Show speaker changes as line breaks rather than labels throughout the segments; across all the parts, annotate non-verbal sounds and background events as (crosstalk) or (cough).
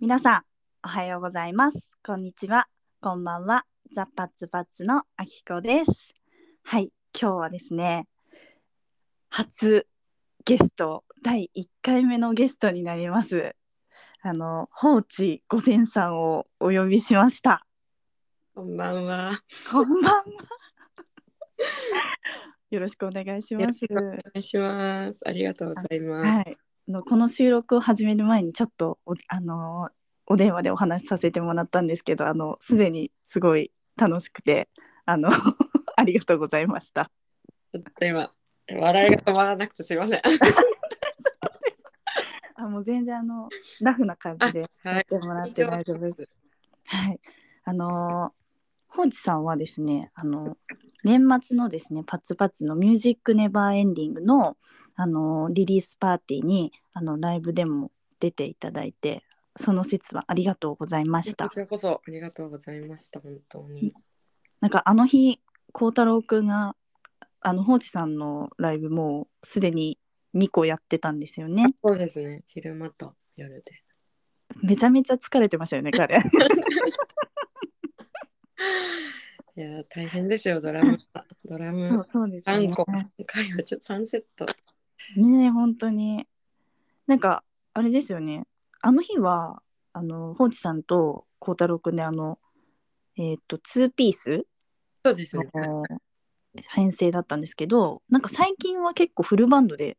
皆さん、おはようございます。こんにちは。こんばんは。ザ・パッツパッツのあきこです。はい、今日はですね、初ゲスト、第1回目のゲストになります。あの、放置御前さんをお呼びしました。
こんばんは。
こんばんは。よろしくお願いし
よ
ま
ろ
す
し。くお願いします。ありがとうございます。
はい、あのこの収録を始める前にちょっとお,、あのーお電話でお話しさせてもらったんですけどあのすでにすごい楽しくてあの (laughs) ありがとうございました。
ちょっと今、笑いが止まらなくてすいま
(laughs)
せん。
あもう全然あのラフな感じで
あは
や
い
ってもらって大丈夫です。はい、あのー、ほうじさんはですね、あの年末のですね、パツパツのミュージックネバーエンディングのあのーリリースパーティーにあのライブでも出ていただいて、その説はありがとうございました
こ。ちらこそありがとうございました。本当に。
なんかあの日、孝太郎くんがあのほうじさんのライブもうすでに2個やってたんですよね。
そうですね。昼間と夜で。
めちゃめちゃ疲れてましたよね、彼。
いやー、大変ですよ、ドラムは。ドラ
そ
ム
うそうですよね。
3個、3回はちょっと3セット。
ねえ本当になんかあれですよねあの日はあのほうちさんと孝太郎くんであのえっ、とツーピース
そうですね。
の編成だったんですけどなんか最近は結構フルバンドで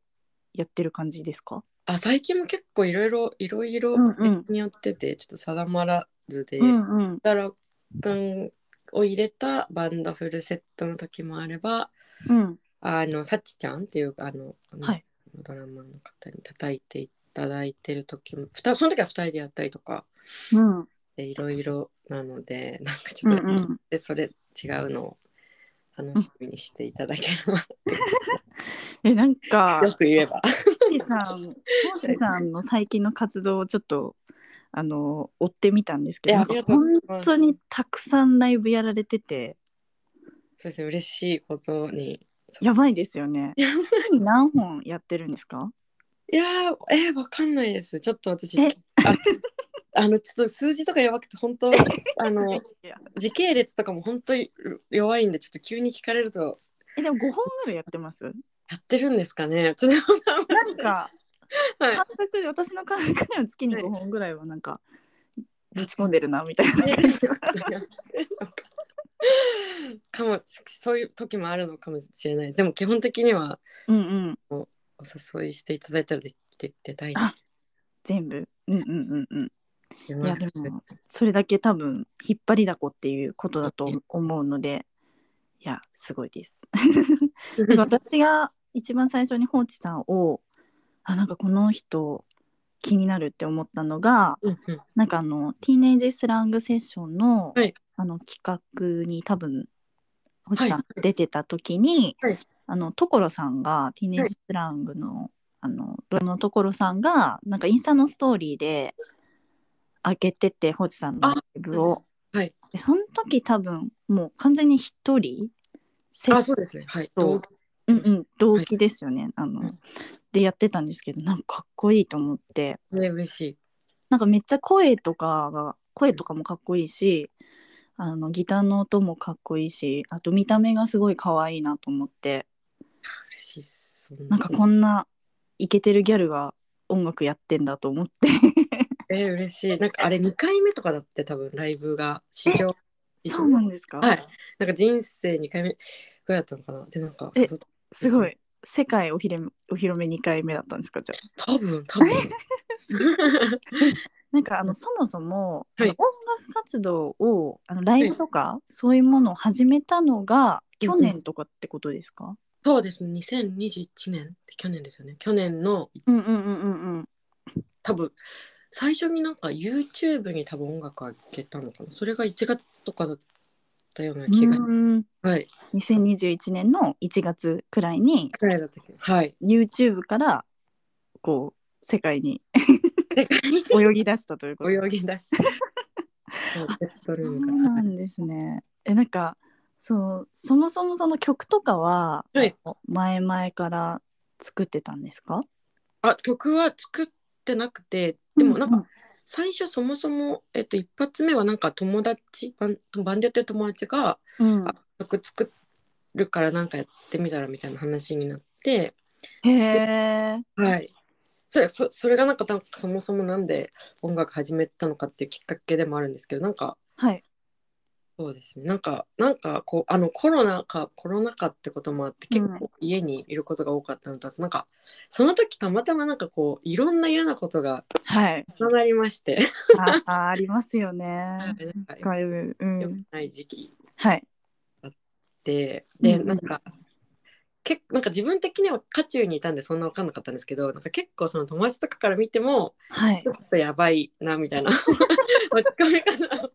やってる感じですか
あ、最近も結構いろいろ、いろいろ
うんうん
によってて、ちょっと定まらずで、
うんうん
太郎くんを入れたバンドフルセットの時もあれば、
うん
あの、さちちゃんっていう、あの、
はい
ドラマーの方に叩いていただいてる時も、ふたその時は2人でやったりとか、
うん
でいろいろなので、なんかち
う
ょ
ん
っと、
うん
でそれ違うのを楽しみにしていただければ、
えなんか
よく言えば。
ほうじさんほうじさんの最近の活動をちょっとあの追ってみたんですけど
い
な
や
んか
ありがとうござい
本
ます
当にたくさんライブやられてて
そうですね、嬉しいことに。そう
やばいですよね。
やばい
月に何本やってるんですか？
いやー、えーわかんないです。ちょっと私、
え
ああの、ちょっと数字とか弱くて、本当、あの、時系列とかも本当に弱いんで、ちょっと急に聞かれると、
えでも五本ぐらいやって
(laughs)
ます。
やってるんですかね。ちょっと
なんか
はい
感覚で私の感覚では月に五本ぐらいはなんかぶち込んでるなみたいな感じが。
かもそういう時もあるのかもしれないでも基本的には
うんうん
お誘いしていただいたらでで出たい
あ全部。うんうんうんうん。
出ます
いやでもそれだけ多分引っ張りだこっていうことだと思うので、いやすごいです。なんか私が一番最初に放置さんをあなんかこの人気になるって思ったのが。
うんうん
なんかあのティーネイジスラングセッションの,、
はい
あの企画に多分星さん
は
出てた時に、
はい
あの所さんがティーネイジスラングの,、あのドラムの所さんがなんかインスタのストーリーで上げてて星さんのライブを
はい
でその時多分もう完全に一人セッ
あ
ト
そうですねはい
そうう
同そ
ん
うです
うん、動機ですよね、あの
うん
でやってたんですけどなんかかっこいいと思って
ね嬉しい
なんかめっちゃ声とかが声とかもかっこいいしあのギターの音もかっこいいしあと見た目がすごい可愛いなと思って
嬉しいっす
なんかこんなイケてるギャルが音楽やってんだと思って (laughs)
え嬉しいなんかあれ2回目とかだって多分ライブが史上
そうなんですか、
はいなんか人生2回目ぐらいだったのかなでなんか
え
誘っ
すごい世界おひれお披露目2回目だったんですかじゃあ
多
(laughs)
分多分
なんかあのそもそも、
はい
あの音楽活動をあのライブとか、そういうものを始めたのが去年とかってことですか、
そうですね2021年って去年ですよね去年の
うん、うんうんうんうん
多分最初になんか YouTube に多分音楽あげたのかなそれが1月とかだったような気がし
うん
はい
2021年の1月くらいに
くらいだったっけど (laughs) はい
YouTube からこう世界に
でか
泳ぎ出したということ
い泳ぎ出 (laughs) してそうベッドルー
そう
ムか
な
ら
んですねえなんかそうそもそもその曲とかは
はい
前々から作ってたんですか
あ曲は作ってなくてでもなんか、最初そもそも、えっと、一発目はなんか友達バンバンドやってる友達が
うん
あ曲作るからなんかやってみたらみたいな話になって、
へえ
はい、それそそれがなんかなんかそもそもなんで音楽始めたのかっていうきっかけでもあるんですけどなんか
はい
そうですねなんかなんかこうあのコロナかコロナ禍ってこともあって結
う
構家にいることが多かったのと、あとなんかその時たまたまなんかこういろんな嫌なことが
はい
重なりまして、
ああありますよね
なんか
こういうう
(laughs) 良く
ん
ない時期
はい
でで
うん
なんか結なんか自分的には渦中にいたんでそんな分かんなかったんですけどなんか結構その友達とかから見ても
はい
ちょっとやばいなみたいな (laughs) まあつかみ方を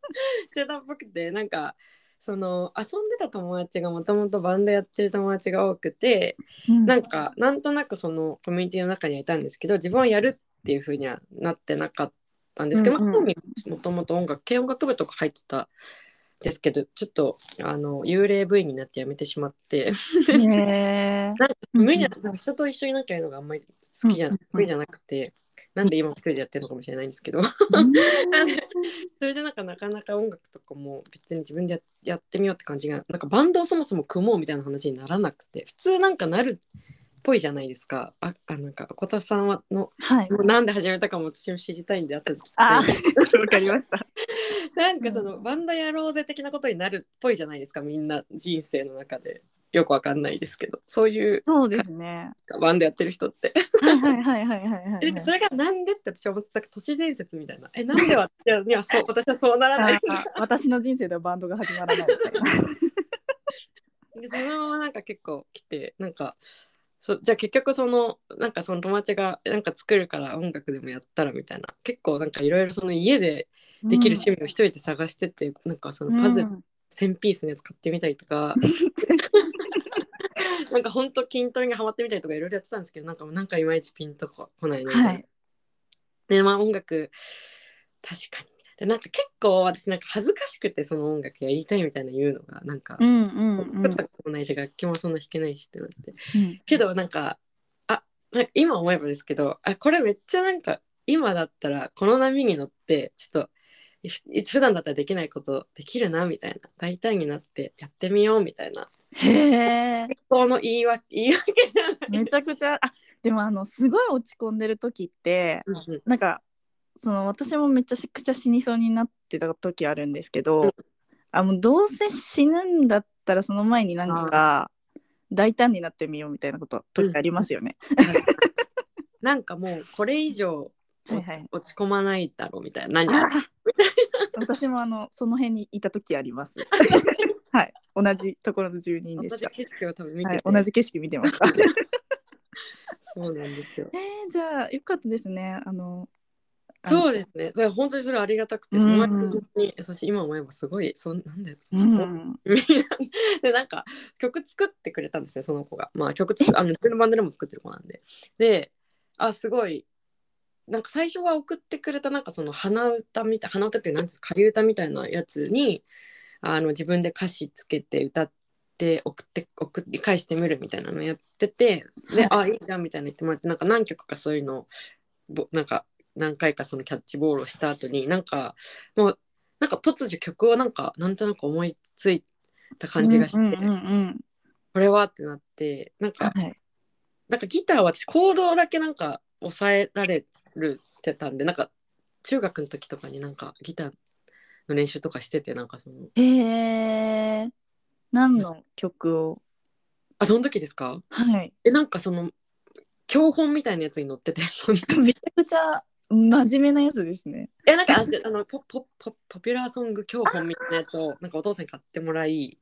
してたっぽくてなんかその遊んでた友達がもともとバンドやってる友達が多くてなんかなんとなくそのコミュニティの中にはいたんですけど自分はやるっていうふうにはなってなかったんですけど、
うんうん
まあ興味もともと音楽軽音楽部とか入ってたんですけどちょっとあの幽霊部員になってやめてしま
(laughs)
って
うんへえ
(laughs) なんか
うんうん
無理な、でも人と一緒になきゃいいのがあんまり好きじゃ,、
うんうんうん
得意じゃなくてなんで今も一人でやってるのかもしれないんですけどそれでなんかなかなか音楽とかも別に自分でややってみようって感じがなんかバンドをそもそも組もうみたいな話にならなくて普通なんかなるっぽいじゃないですかああなんか小田さんはの
はい
もうなんで始めたかも私も知りたいんで後で聞き
あ
た
わ
い
かりました
(laughs) なんかそのバンドやろうぜ的なことになるっぽいじゃないですかみんな人生の中でよくわかんないですけどそういう
そうですね
バンドやってる人って
はいはいはいはいはいはい
で (laughs) それがなんでって私は思ってた都市伝説みたいな。え、なんで私にはそう私はそうなら
あ
ない。
ー私の人生ではバンドが始まらないみたいな
でそのままなんか結構来て、なんか、そじゃあ結局その、なんかその友達がなんか作るから音楽でもやったらみたいな。結構なんかいろいろその家でできる趣味を一人で探してて、なんかそのパズル
うん
1000ピースのやつ買ってみたり
(laughs)
とか。なんかほんと筋トレにハマってみたりとかいろいろやってたんですけどなんかもうなんかいまいちピンとこ来ないなみたいな
はい
でまあ音楽確かにみたいなでなんか結構私なんか恥ずかしくてその音楽やりたいみたいな言うのがなんか、
うんうんうん
作ったこともないし楽器もそんな弾けないしってなって
うん
けどなんかあなんか今思えばですけどあこれめっちゃなんか今だったらこの波に乗ってちょっといい普段だったらできないことできるなみたいな大胆になってやってみようみたいな
へえ
本当の言い訳言い訳じゃな
め
い
ちゃくちゃあでもあのすごい落ち込んでる時って
うんうん
なんかその私もめちゃくちゃ死にそうになってた時あるんですけど、
うん
あもうどうせ死ぬんだったらその前になんか大胆になってみようみたいなこと時ありますよね。
なんかもうこれ以上
はいはい
落ち込まないだろうみたいな何
あ (laughs) 私もあのその辺にいた時あり (laughs) ます。はい同じところの住人で
同
し
じ
た。
景色を多分見て
は
て、
い、同じ景色見てま (laughs) した。
そうなんですよ
え。ー、じゃあよかったですね。あのあの
そうですね。それ本当にそれありがたくて、
うん
友達に優しい今思えばすごい、そんなんで、
う
そこ
ん、
でなんか曲作ってくれたんですよその子が。まあ曲つあの自分のバンドでも作ってる子なんで。で、あすごい。なんか最初は送ってくれたなんかその鼻歌みたい鼻歌ってなんですか仮歌みたいなやつにあの自分で歌詞つけて歌って送って送り返してみるみたいなのやっててで「あいいじゃん」みたいな言ってもらってなんか何曲かそういうのをぼなんか何回かそのキャッチボールをした後になんかもうなんか突如曲をなんかなんとなく思いついた感じがして、
うんうんうん
これはってなってなん
うん、
か
はい。
なんかギターは私コードだけなんか抑えられるってたんでなんか中学の時とかになんかギターの練習とかしててなんかその
へえ。何の曲を。
あその時ですか
はい。
えなんかその教本みたいなやつに載って (laughs) てそんな
めちゃくちゃ真面目なやつですね。
えなんかあじゃあのポポポポピュラーソング教本みたいなやつをなんかお父さんに買ってもらい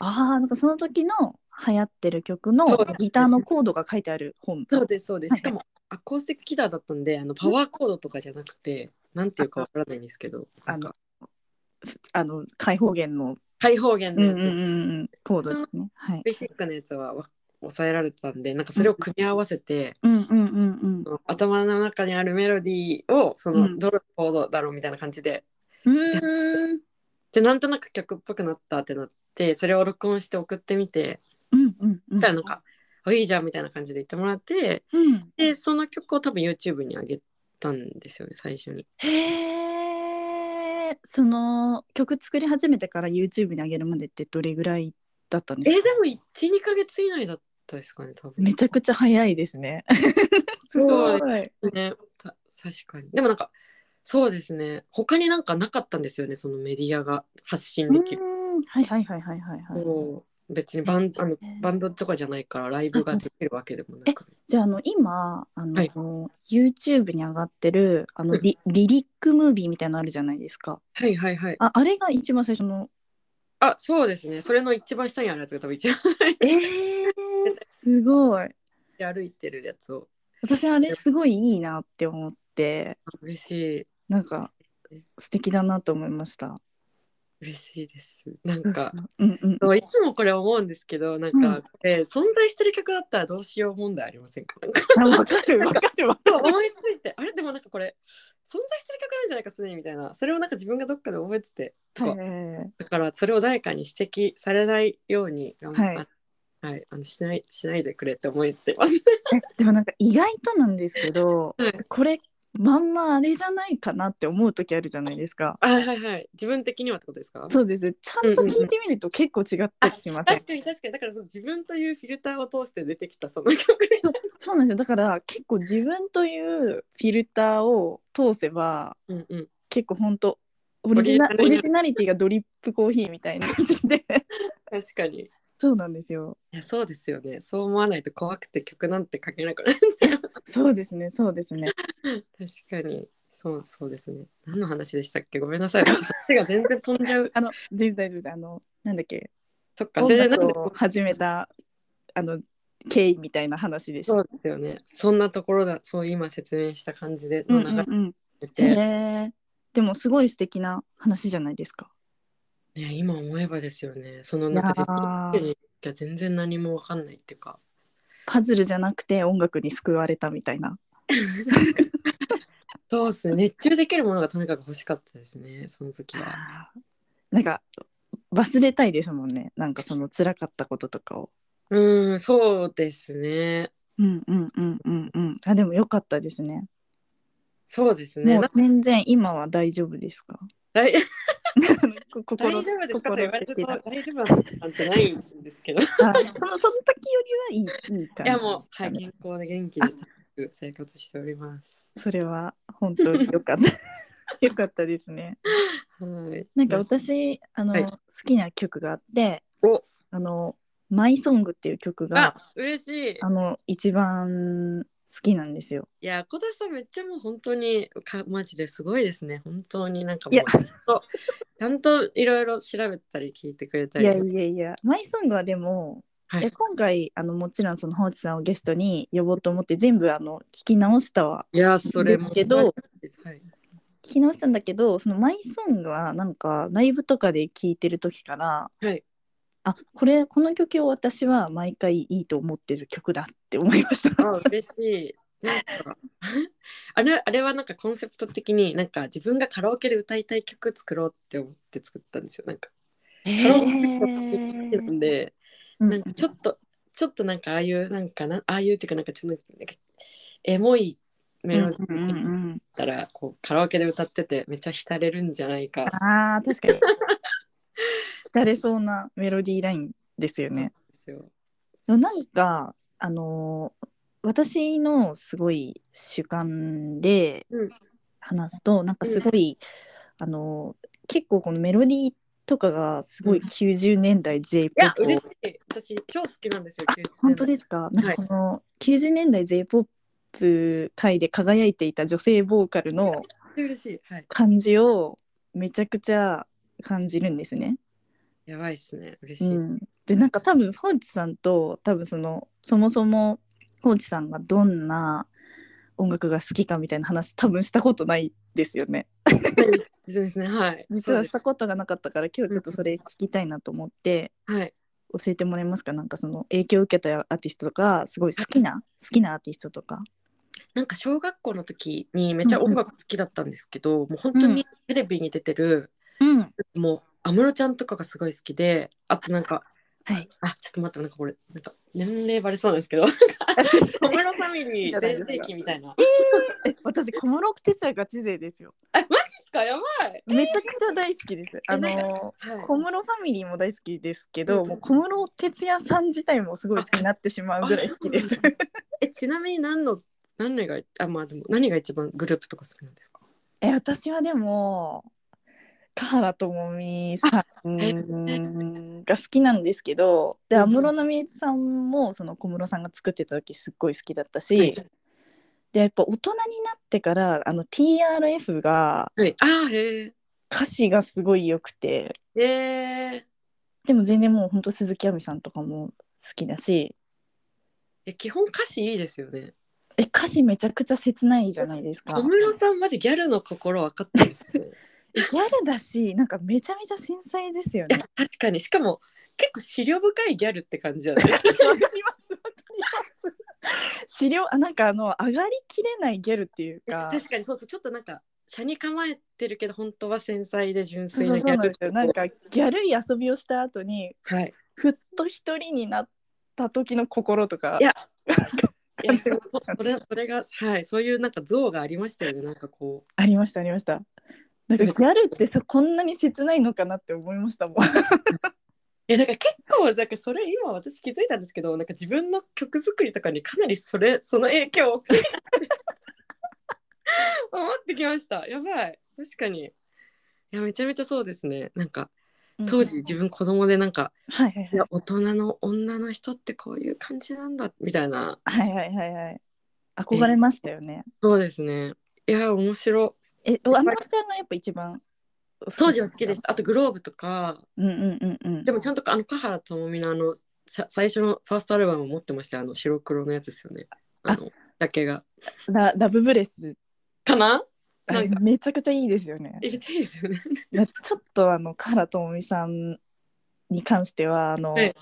ああ、なんかその時の流行ってる曲の
そうです
ギターのコードが書いてある本。
そうですそうです
はい
しかもアコースティックギターだったんであのパワーコードとかじゃなくてなんていうかわからないんですけど
あ
なんか
あの開放弦の、
開放弦
う
の
ん
や
うん
つ、
うんうん、コードですね。はい。
ベーシックなやつはわ抑えられてたんでなんかそれを組み合わせて、
うんうんうん
頭の中にあるメロディーをその、
うん
どのコードだろうみたいな感じで
うん。うん。
でなんとなく曲っぽくなったってなってそれを録音して送ってみて
うんうんう
そ
ん。
したらなんか「あいいじゃん」みたいな感じで言ってもらって
うん。
でその曲を多分 YouTube に上げたんですよね最初に
へえその曲作り始めてから YouTube に上げるまでってどれぐらいだったん
え
で
です
か
も12か月以内だったですかね多分
めちゃくちゃ早いですねすごい
ねた確かにでもなんかそうですね他になんかなかったんですよねそのメディアが発信できる、
うんはいはいはいはいはいはい
そう別にバンあの
ー
バンドとかじゃないからライブができるわけでもなく
じゃああの今あの、
はい
YouTube に上がってるあのリリリックムービーみたいなのあるじゃないですか
はいはいはい
ああれが一番最初の
あそうですねそれの一番下にあるやつが多分一番
えー、 (laughs) すごい
歩いてるやつを
私あれすごいいいなって思って
嬉しい
なんか素敵だなと思いました
嬉しいですなんか
うんうん
そういつもこれ思うんですけどなんか、
うん
これ存在してる曲だったらどうしよう問題ありませんかなんか
あわかるわかるわ
そう
かる
思いついてあれでもなんかこれ存在してる曲なんじゃないかすでにみたいなそれをなんか自分がどっかで覚えててとか、
はい
だからそれを誰かに指摘されないように頑張
はい
あはい、あのしないしないでくれって思ってます。 (laughs)
えでもなんか意外となんですけど
はい
これまんまあれじゃないかなって思う時あるじゃないですか
あはいはい自分的にはってことですか
そうですちゃんと聞いてみると結構違ってきません、
確かに確かにだからその自分というフィルターを通して出てきたその曲に
そうそうなんですよだから結構自分というフィルターを通せば
(laughs) うんうん
結構ほんとオリジナオ
オリジナル
リジナリティがドリップコーヒーみたいな感じで (laughs)
確かにい
そうなんですよ
やそうですよねそう思わないと怖くて曲なんて書けなくなっちゃいます
そうですねそうですね
(laughs) 確かにそうそうですね何の話でしたっけごめんなさい (laughs) 手が全然飛んじゃう
あの全然大丈夫ですあのなんだっけ
そっかそ
音
れでなんで
楽を始めたあの経緯みたいな話でした
そうですよねそんなところだそう今説明した感じで
う
の
んう
流
ん
れ
うん
てて、
へえでもすごい素敵な話じゃないですか
ね、今思えばですよねそのなんか
いや
自
ー
分が全然何も分かんないっていうか
パズルじゃなくて音楽に救われたみたいな
そうですね熱中できるものがとにかく欲しかったですねその時は。
あーなんか忘れたいですもんねなんかその辛かったこととかを
うんそうですね
うんうんうんうんうんあでもよかったですね
そうです
も
ねな
うん
か
全然今は大丈夫ですか (laughs)
大
こ
大
心
丈夫ですかと言われると
心
大
的
丈夫なんてないんで
(laughs)
すけどい
なあそのその時よりはいいいい感じ
やもう、はい、
ですかね
健康で元気で楽しく生活しております。
それは本当によかった
(laughs)
よかったですね
はい、
なんか私、あの、
はい
好きな曲があって
お
あの「マイソングっていう曲
あ
が
嬉しい
あの一番好きなんですよ。
いや小田さんめっちゃもう本当にかマジですごいですね本当になんか
い
もう
や
ちゃんといろいろ調べたり聞いてくれた
い
り
やいやいや「マイソングはでも、
はい
いや今回あのもちろんその本内さんをゲストに呼ぼうと思って全部あの聞き直したはい
やそれ
で
も
すけど
はい、
聞き直したんだけどその「マイソングはなんかライブとかで聞いてる時から、
はい
あこれこの曲を私は毎回いいと思ってる曲だって思いました。
あ嬉しいなんかあれあれはなんかコンセプト的になんか自分がカラオケで歌いたい曲作ろうって思って作ったんですよなんかカラオケ好きなんで、なんかちょっとちょっとなんかああいうなんかなああいうっていうかなんかちょっとなんかエモいメロディー
うんうんうんうん
ったらこうカラオケで歌っててめっちゃ浸れるんじゃないか。
あー確
(laughs)
かに浸れそうなメロディーラインですよね。
ですよ。
でもなんかあのー私のすごい主観で
うん
話すと、なんかすごい、あのー結構このメロディーとかがすごい
うん
90年代 J−POP
いや嬉
を
しい。私超好きなんですよ。。
あ本当ですすかなんかこの90年代 J−POP 界で輝いていた女性ボーカルの
嬉しい。はい。
感じをめちゃくちゃ感じるんですね。
やばいっすね。嬉
う
しい。
ん、でなんか多分ホーチさんと多分そのそもそもホーチさんがどんな音楽が好きかみたいな話多分したことないですよね
実ですね。はい。
実は
そ
し
う
たことがなかったから今日ちょっとそれ聞きたいなと思って
ですはい。
教えてもらえますかなんかその影響を受けたアーティストとかすごい好きな好きなアーティストとか
なんか小学校の時にめっちゃ音楽好きだったんですけど、もう本当にテレビに出てる、
うんは
もう安室ちゃんとかがすごい好きで、あとなんか
い
(laughs) あちょっと待ってなんかこれなんか年齢バレそうなんですけど、なんか小室ファミリー全盛期みたいな。え
え (laughs) 私小室哲哉ガチ勢ですよ。
マジっすかやばい。
めちゃくちゃ大好きです。あ
なん
の
はい
小室ファミリーも大好きですけど、
うん
もう小室哲哉さん自体もすごい好きになってしまうぐらい好きです。
あ (laughs) えちなみに何の何があまあでも何が一番グループとか好きなんですか。
え私はでも華原朋美さんが好きなんですけどで
うん
安室奈美恵さんもその小室さんが作ってた時すっごい好きだったし、
はい
でやっぱ大人になってからあの TRF が
はい。ああへえ。
歌詞がすごい良くて
ええ。
でも全然もうほんと鈴木亜美さんとかも好きだし
え基本歌詞いいですよね。
え歌詞めちゃくちゃ切ないじゃないですか。
小室さんマジギャルの心分かってるんですよね。
ギャルだしなんかめちゃめちゃ繊細ですよ
(laughs) いや (laughs)
ね。
確かにしかも結構資料深いギャルって感じじゃ (laughs) ない。
わかりますわかります。資料あなんかあの上がりきれないギャルっていう
いや
か。
確かにそうそうちょっとなんか車に構えてるけど本当は繊細で純
そう
粋
そうそうな
なギャ
ん
ルっ
で
て
す
こ
よ。
と
なんかギャルい遊びをした後に
(laughs) はい
ふっと一人になった時の心とか。
いやい
感
や
じ
そうそう
ました
それそれがはいそういうなんか像がありましたよねなんかこ
ありましたありました。なんかギャルってさこんなに切ないのかなって思いましたもん。
ういやなんか結構なんかそれ今私気づいたんですけどなんか自分の曲作りとかにかなりそれその影響を受け思ってきました (laughs) やばい確かにいやめちゃめちゃそうですねなんか当時自分子供でなんか、
うん。はいはい
いや大人の女の人ってこういう感じなんだみたいな
はいはいはいはいはい。憧れましたよね。
そうですね。いや、面白い。
え、あのちゃんがやっぱ一番
当時は好きでした。あとグローブとか、
うんうんうんうん。
でもちゃんとあの香原朋美のあのさ最初のファーストアルバムを持ってましたよあの白黒のやつですよね。あのだけが。
ララブブレス
かな？
あ
な
れ
んか
めちゃくちゃいいですよね。
入れちゃいいですよね。
いやちょっとあの唐友美さんに関してはあの、
はい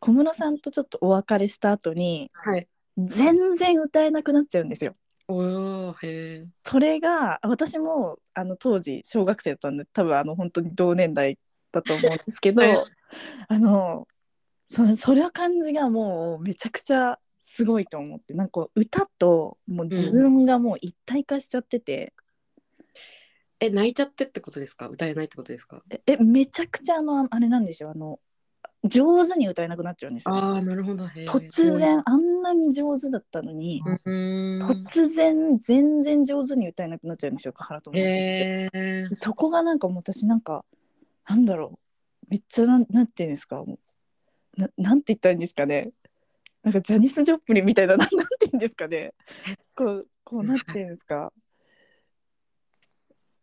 小室さんとちょっとお別れした後に
はい。
全然歌えなくなっちゃうんですよ。
おおへえ。
それが私もあの当時小学生だったんで多分あの本当に同年代だと思うんですけど、
はい
あのそのそれ感じがもうめちゃくちゃすごいと思ってなんかこう歌ともう自分がもう一体化しちゃってて。
え泣いちゃってってことですか？歌えないってことですか？
ええめちゃくちゃあのああれなんですよあの上手に歌えなくなっちゃうんですよ、
ああなるほどへえ。
突。然あんなに上手だったのに、
うーん。
突然全然上手に歌えなくなっちゃうんですよ原友美って
へえ。
そこがなんかもう私なんかなんだろうめっちゃなんなんていうんですかもうななんて言ったらいいんですかねなんかジャニス・ジョプリンみたいなななんて言うんですかねこうこうなんて言うんですか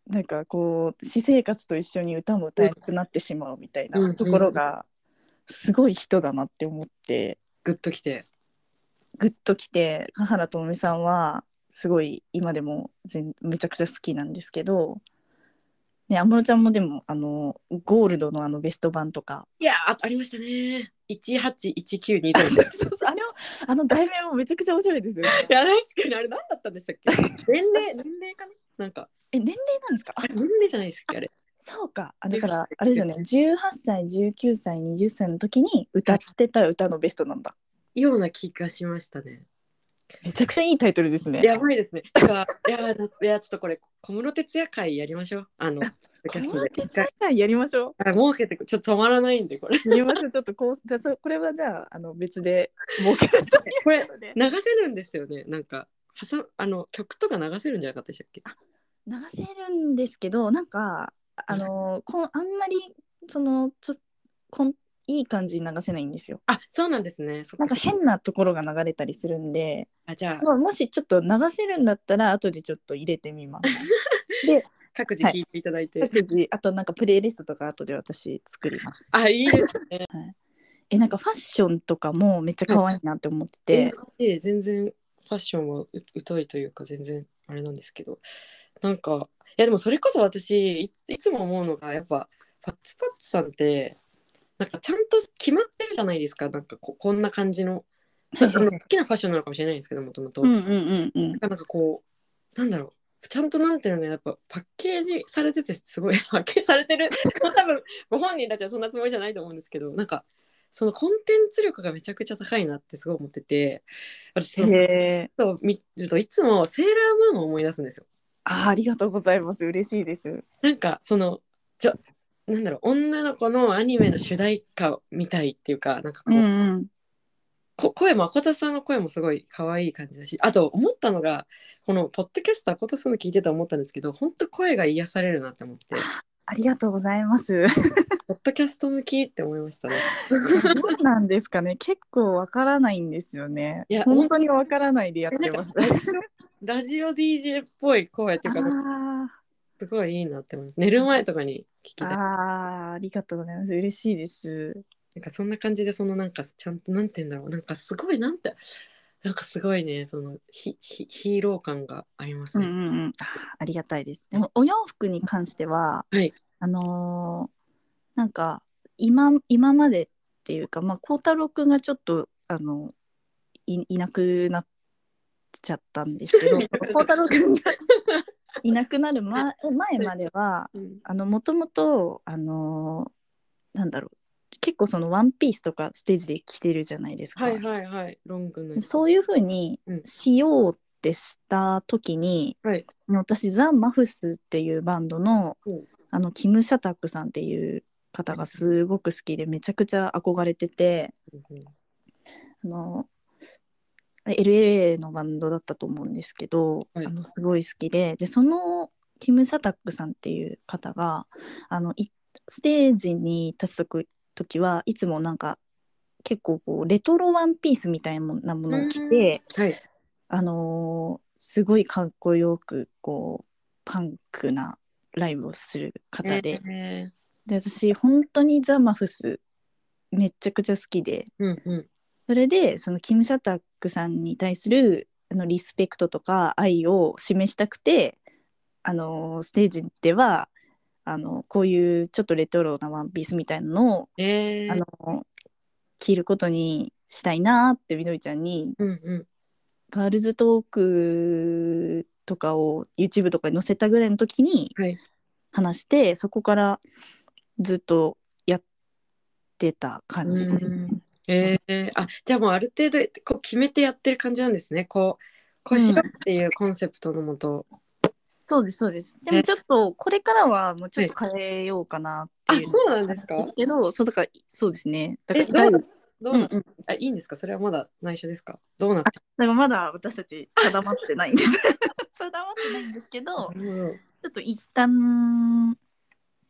なんかこう私生活と一緒に歌も歌えなくなってしまうみたい
うんう
なんところがすごい人だなって思って
グッときて。
グッときて華原朋美さんはすごい今でも全めちゃくちゃ好きなんですけど、ね、安室ちゃんもでもあのゴールドのあのベスト版と (laughs) か
いやーあありましたね。一八一九二
そう
三
そ。
(laughs)
うそうあれをあの題名もめちゃくちゃおしゃれです (laughs) よね。
いや確かにあれ何だったんでしたっけ年齢年齢かななんか
え年齢なんですかあ
あれ年齢じゃないですっけあれ
そうかあだからあれですよね18歳19歳20歳の時に歌ってた歌のベストなんだ。
ような気がしましたね
めちゃくちゃいいタイトルですね。
やばいですねてかいやーいやちょっとこれ小室哲哉会やりましょうあのポッド
こ
キャス
の
トで
手
一回
伝いやりましょう。
あ儲けてちょっと止まらないんでこれ (laughs)
やりましょう。ちょっとこうじゃあそこれはじゃああの別で儲けるという
これ
ことで。
流せるんですよねなんか挟あの曲とか流せるんじゃなかったでしたっけ
流せるんですけどなんかあ
(laughs)
のこんあんまりそのちょこんいい感じに流せないんですよ。
あそうなんですねそっ
なん
か
か
そっか
変なところが流れたりするんで、
あじゃあ
まあ、もしちょっと流せるんだったら後でちょっと入れてみ
(laughs)
ます。
各自聞いていただいて、
各自あとなんかプレイリストとか後で私作ります。
あいいです
えなんかファッションとかもめっちゃ可愛いなって思ってて、
えー全然ファッションはう疎いというか全然あれなんですけどなんかいやでもそれこそ私いついつも思うのがやっぱパッツパッツさんってなんかちゃんと決まってるじゃないですかなんかここんな感じのそあの好きなファッションなのかもしれないんですけどもとも
(laughs)
と
うんうんうんうん。
なんかこうなんだろうちゃんとなんていうのねやっぱパッケージされ (laughs) ててすごいパッケージされてるもう多分ご本人たちはそんなつもりじゃないと思うんですけどなんかそのコンテンツ力がめちゃくちゃ高いなってすごい思ってて私その
へえ。
そう見るといつもセーラームーンを思い出すんですよ。
あー、ありがとうございます。嬉しいです。
なんかそのちょなんだろう女の子のアニメの主題歌みたいっていうかなんかこう、
うん。
こ声も誠さんの声もすごい可愛い感じだしあと思ったのがこのポッドキャスト誠さんの聞いてて思ったんですけど本当声が癒されるなって思って
ありがとうございます。
ポッドキャスト向きって思いましたね。
そうなんですかね。結構わからないんですよね。
いや
本当にわからないでやってます。
ラジオ DJ っぽい声っていうか
あ
すごいいいなって思います寝る前とかに聞き
ー
たい
あー、ありがとうございます。嬉しいです。
なんかそんな感じでそのなんかちゃんとなんて言うんだろうなんかすごいなんてなんかすごいねそのヒヒヒーロー感があります
うん
ね。
うんうん。あーありがたいです。でもお洋服に関しては、
はい
あのーなんか今今までっていうか、まあ孝太郎くんがちょっとあのいいなくなっちゃったんですけ (laughs) ど、孝太郎くんが (laughs) いなくなる (laughs) 前前までは。
うん
あのもともとあのーなんだろう結構そのワンピースとかステージで着てるじゃないですか、
はいはいはいロングのやつ
そういうふうに
うん
しようってした時に、
はい
私ザ・マフスっていうバンドの,、
うん
あのキム・シャタックさんっていう方がすごく好きでめちゃくちゃ憧れてて
うん
あの LA のバンドだったと思うんですけど、
はい
あのすごい好きででそのキム・シャタックさんっていう方があのいステージに立つ時はいつもなんか結構こうレトロワンピースみたいなものを着て。
はい
あのーすごいかっこよくこうパンクなライブをする方で,、
えー
で私本当にザ・マフスめっちゃくちゃ好きで
うんうん
それでそのキム・シャタックさんに対するあのリスペクトとか愛を示したくて、あのーステージではあのこういうちょっとレトロなワンピースみたいなのを、
えー
あのー着ることにしたいなってみどりちゃんに
うんうん
ガールズトークとかを YouTube とかに載せたぐらいの時に
はい
話してそこからずっとやってた感じですね。
えー、あじゃあもうある程度こう決めてやってる感じなんですねこうこうしようっていうコンセプトのもと、
そうですそうです。でもちょっとこれからはもうちょっと変えようかなっていう。
あそうなんですか
ですけどそうだからそうですね。だか
え
ら
どうなど
う
うな、
んうんだ
あいいんですかそれはまだ内緒ですかどうなって
からまだ私たち定まってないんです。 (laughs) 定まってないんですけど
なるほど
ちょっと一旦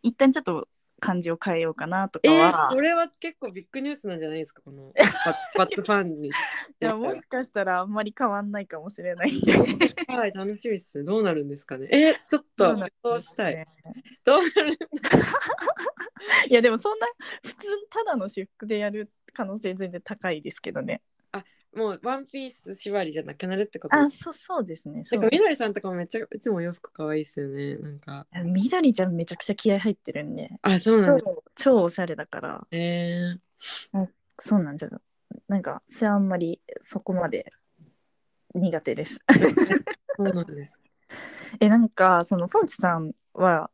一旦ちょっと感じを変えようかなと
え
かは。
ー、これは結構ビッグニュースなんじゃないですかこ (laughs) のパッツパッツファンに
いやもしかしたらあんまり変わんないかもしれないんで。
はい楽しみですどうなるんですかね (laughs) えー、ちょっと予想したい。どうなる
(laughs) いやでもそんな普通ただの私服でやる可能性全然高いですけどね。
もうワンピース縛りじゃなくなるってこと
あそうそうですね。
な
そ
ん
う
かみどりさんとかもめっちゃいつもお洋服可愛いですよねなんか
みどりちゃんめちゃくちゃ気合入ってるんで。
あそうなん
超
です
超おしゃれだから
えー
そうなんじゃなんかそれはあんまりそこまで苦手です。 (laughs)
そうなんです。
えなんかそのポンチさんは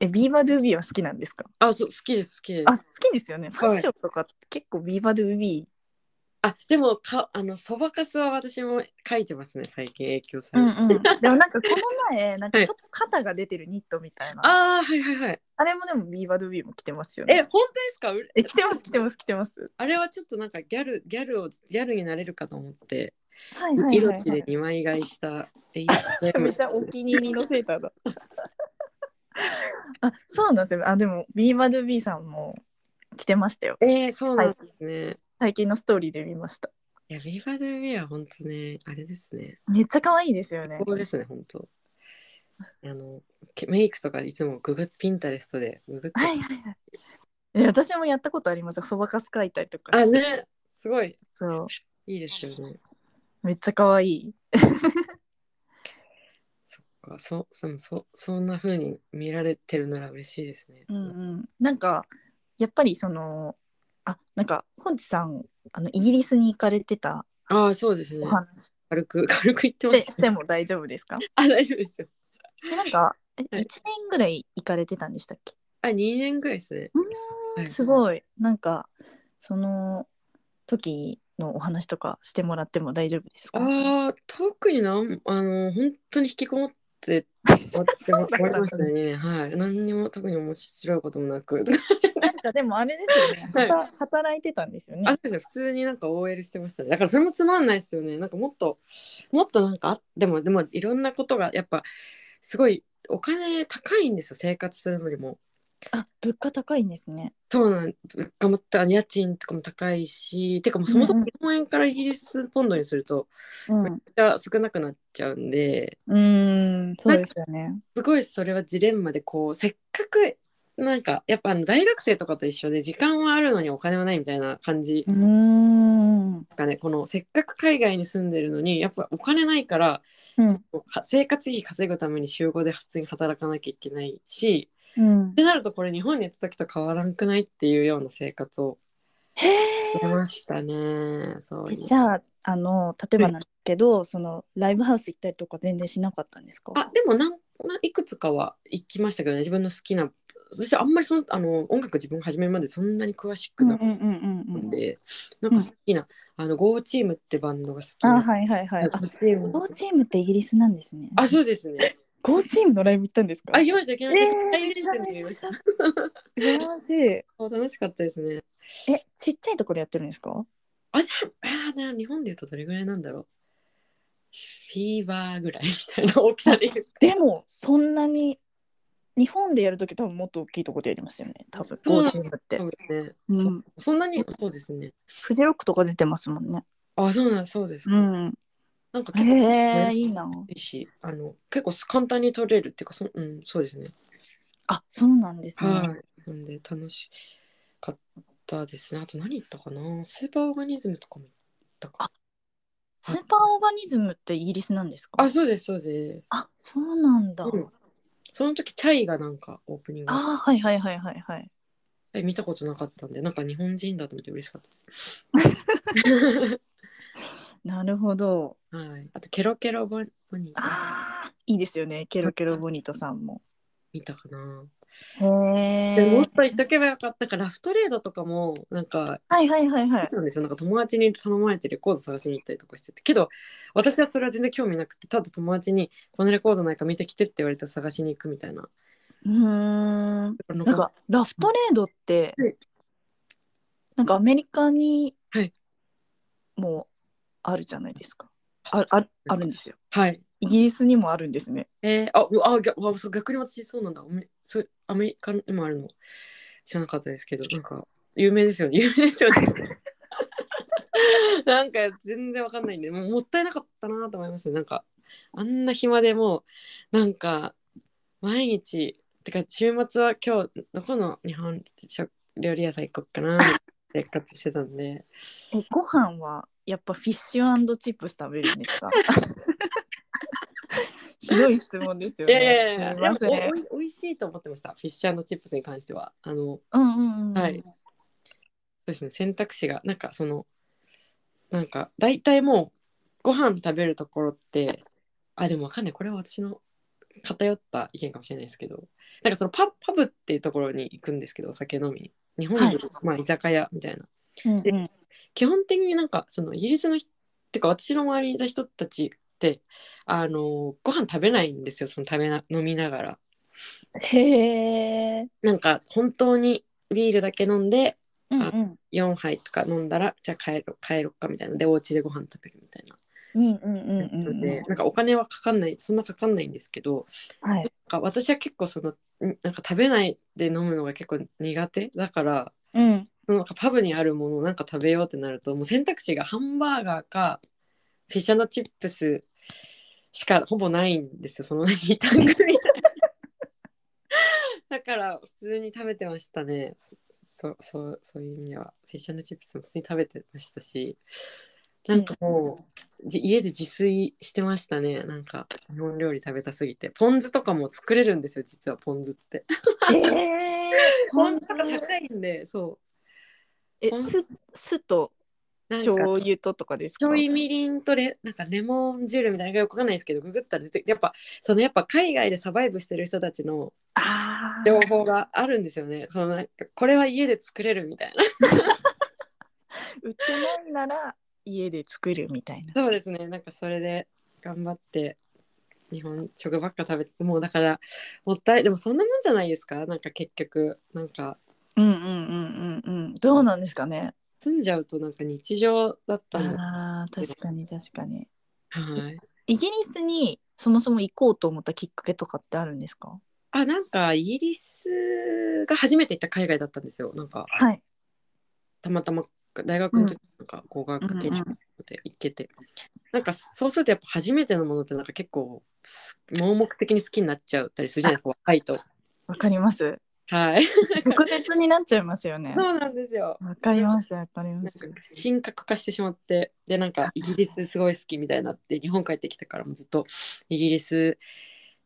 えビーバードゥービーは好きなんですか
(laughs) あ、そう、好きです、好きで
あ
す
好。きですよね。ファッションとか結構ビーバードゥービー
あ、でも、か、あの、そばかすは私も書いてますね、最近影響さ
う
れ
ん
て。
うん、でもなんかこの前なんかちょっと肩が出てるニットみたいな、
ああ、はいはいはい。
あれもでもビーバードゥビーも着てますよ
え、
ね
本当ですか。うれ
え着てます着てます着てます
あれはちょっとなんかギャル、ギャルを、ギャルになれるかと思って。
はいはいはい、は
色
い
地で二枚買いした。え、
めっちゃお気に入りのセーターだ (laughs) あそうなんですよあでもビーバードゥビーさんも着てましたよ
えー、そうなんですね。い、
最近のストーリーで見ました
や、ビーバードゥビーは本当ね、あれですね。
めっちゃ可愛いですよね
ここですね、本当。あの、けメイクとかいつもググピンタレストでググって。
はいはいはいえ私もやったことありますそばかす描いたりとか
あ、ね、すごい、
そう
いいですよね。
めっちゃ可愛い
そっか、そ、その、そ、そんな風に見られてるなら嬉しいですね。
うんうん、なんかやっぱりそのあなんか本地さんあのイギリスに行かれてた
ああ、そうですね
お。話
軽く、 (laughs) 軽く言って
で
まし
しても大丈夫ですか
た。あ、大丈夫ですよ。
でなんか1
はい
年ぐらい行かれてたんでしたっけ、
あ、二年ぐらいですね。
うーん
はい
すごいなんかその時のお話とかしてもらっても大丈夫ですか
ああ特になんあの本当に引きこもって終わって
(laughs) そうだった
終わりましたね。はい。何にも特に面白いこともなく。 (laughs)
なんかでもあれですよね、
はい
はた働いてたんですよね
あそうですね普通になんか OL してましたね。だからそれもつまんないですよね。なんかもっともっとなんかあでもでもいろんなことがやっぱすごいお金高いんですよ生活するのにも。
あ物価高いんですね
そうなん頑張った家賃とかも高いしてかもうそもそも日本円からイギリスポンドにすると
うん
めっちゃ少なくなっちゃうんで
うーんそうですよね
すごいそれはジレンマでこうせっかくなんかやっぱあの大学生とかと一緒で時間はあるのにお金はないみたいな感じ
うーんうん
ですかねこのせっかく海外に住んでるのにやっぱお金ないから、は生活費稼ぐために週5で普通に働かなきゃいけないし
うん
ってなるとこれ日本に行った時と変わらんくないっていうような生活を
へ
出ましたね。そういう
ーじゃああの例えばなんですけど、そのライブハウス行ったりとか全然しなかったんですか
あでもなんないくつかは行きましたけどね自分の好きな私あんまりそのあの音楽自分始めるまでそんなに詳し
う
く
んう
なんか
うんうんう
っ
ん
たんで、なんか好きな、あの GO チームってバンドが好き
あ
な、
はいはいはいあ
GO チーム
ゴーチームってイギリスなんですね
あそうですね
ゴーチームのライブ行ったんですか
あ行きました行き
え
ました、
ー、
大
め
連
ち
戦で
ゃ
行きま
め
し
ち
た
ゃ羨ましいえ
あ楽しかったですね
ちっちゃいとこでやってるんですか
あでもあーな日本でいうとどれぐらいなんだろうフィーバーぐらいみたいな大きさで言う
でもそんなに日本でやるとき多分もっと大きいところでやりますよね多分
そ
ゴ
う
ー
だ
チームって
そうですね、
うん
そそんなにそうですね
フジロックとか出てますもんね
あそうなんそうです、
うん
なんか結構
へえいいな
美味しいあの結構簡単に取れるっていうかそ,、うん、そうですね
あそうなんですね、
はいなんで楽しかったですねあと何言ったかなスーパーオーガニズムとかも行ったか
スーパーオーガニズムってイギリスなんですか
あそうですそうです、
あそうなんだ、
うん、その時チャイがなんかオープニング
あはいはいはいはいはい
え見たことなかったんでなんか日本人だと思って嬉しかった (laughs) です。
なるほど
はい、あとケロケロボボニー
あーいいですよねケロケロボニートさんも
見たかな。
へ
でも
え
もっと言っとけばよかったからラフトレードとかもなんか
はいはいはいは
見
い
てたんですよなんか友達に頼まれてレコード探しに行ったりとかしててけど私はそれは全然興味なくてただ友達に「このレコードなんか見てきて」って言われて探しに行くみたいな。
うーん
なん
なんかラフトレードって、
はい
なんかアメリカに
はい
もうあるじゃないですか。あああるんですよ。
はい。
イギリスにもあるんですね。
えー、あうあ逆あそう逆に私そうなんだアメそうアメリカにもあるの知らなかったですけどなんか有名ですよね有名ですよ (laughs) ねなんか全然わかんないんでもうもったいなかったなと思いますねなんかあんな暇でもうなんか毎日てか週末は今日どこの日本食料理屋さん行こっかなって生活してたんで
えご飯はやっぱフィッシュチップス食べるんです (laughs) かひどい質問ですよ
(laughs) い
ね。
やいやいや
す
い
ま
や
せ
で
ん
もおおいおいしいと思ってましたフィッシュチップスに関してはあの
うんうんうん。
はいそうですね選択肢がなんかそのなんか大体もうご飯食べるところってあでもわかんないこれは私の偏った意見かもしれないですけどなんかそのパパブっていうところに行くんですけどお酒飲みに日本で、
はい
まあ、居酒屋みたいな
うんうん
基本的になんかそのイギリスの人ってか私の周りにいた人たちってあのご飯食べないんですよその食べな飲みながら
へえ。
なんか本当にビールだけ飲んで
うんうん
4杯とか飲んだらじゃあ帰ろ帰ろっかみたいなでお家でご飯食べるみたいな
うんうんうん
やつ
うん
で、
う
なんかお金はかかんないそんなかかんないんですけど
ん。はい。
なんか私は結構そのんなんか食べないで飲むのが結構苦手だから
うん。
そのなんかパブにあるものをなんか食べようってなるともう選択肢がハンバーガーかフィッシュチップスしかほぼないんですよその2単語みたいな。だから普通に食べてましたねそそそうそういう意味ではフィッシュチップスも普通に食べてましたしなんかもう、じ家で自炊してましたねなんか日本料理食べたすぎてポン酢とかも作れるんですよ実はポン酢って
(laughs) へえ。
ポン酢が高いんでそう
え
ほん
酢酢と
なん
醤
か
油ととかですか
醤油みりんとレなんかレモン汁みたいなのがよくわかんないですけどググったら出てやっぱそのやっぱ海外でサバイブしてる人たちの
ああ
情報があるんですよねそのなんかこれは家で作れるみたいな
んなら家で作るみたいな。
(laughs) そうですね。なんかそれで頑張って日本食ばっか食べてもうだからもったいでもそんなもんじゃないですか。なんか結局なんか
うんうんうんうんうん。どうなんですかね。
住んじゃうとなんか日常だったんで。
ああ確かに確かに。
はい。
イギリスにそもそも行こうと思ったきっかけとかってあるんですか。
あなんかイギリスが初めて行った海外だったんですよ。なんか
はい。
たまたま大学の時なんか語
うんう
学
ん
研修で行けて、なんかそうするとやっぱ初めてのものってなんか結構す盲目的に好きになっちゃったりするじゃないですか若いと。
わかり (laughs) ます。
(laughs) はい。
特別になっちゃいますよね。
そうなんですよ。
わかります。わかりま
なん
す。
か神格化してしまってでなんかイギリスすごい好きみたいになって日本帰ってきてからもずっとイギリス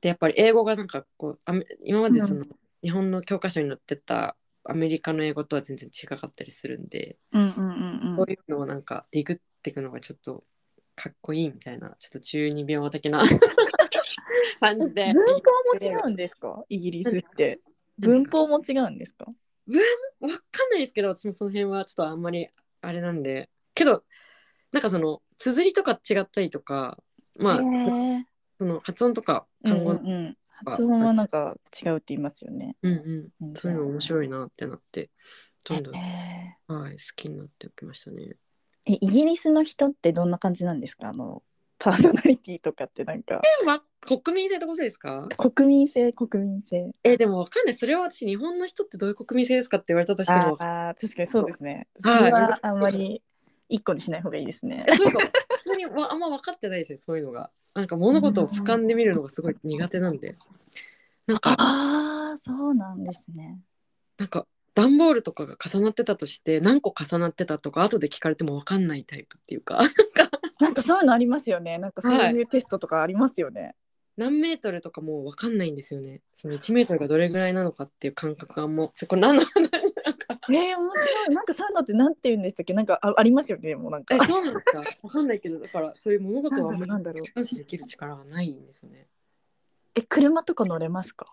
でやっぱり英語がなんかこうあめ今までその、日本の教科書に載ってたアメリカの英語とは全然違かったりするんで、
うんうんうんうん
そう。いうのをなんかディグっていくのがちょっとかっこいいみたいなちょっと中二病的な感じで
文法も違うんですか。イギリスって。文法も違うんですか。
わかんないですけど私もその辺はちょっとあんまりあれなんでけどなんかその綴りとか違ったりとかまあ、
へえ。
その発音とか
うん
単
う
語、
ん
う
うん。発音はなんか違うって言いますよね。
んうんそういうの面白いなってなってどんどん、
へえ
はい、好きになってきましたね。
えイギリスの人ってどんな感じなんですかあのパーソナリティとかってなんか
でもわ国民性ってことですか
国民性国民性
えでもわかんないそれは私日本の人ってどういう国民性ですかって言われたとして
あ
も
あー確かにそうですねそ
はい
れはあんまり一個にしない方がいいですね
えそういうの普通にわあんま分かってないですねそういうのが。なんか物事を俯瞰で見るのがすごい苦手なんでなんか
ああそうなんですね
なんか段ボールとかが重なってたとして何個重なってたとか後で聞かれても分かんないタイプっていうか (laughs) なんか
なんかそういうのありますよねなんかそういうテストとかありますよね、
何メートルとかもう分かんないんですよね。その1メートルがどれぐらいなのかっていう感覚がもう、ちょこれ何の話なんか。
えー面白いなんかそういうのってなんて言うんでしたっけなんかあありますよねもうなんか
(laughs) え、そうなんですか分かんないけど、だからそういう物事はあんまり
なんだ
(laughs)
ろう
感視できる力がないんですよね。
え車とか乗れますか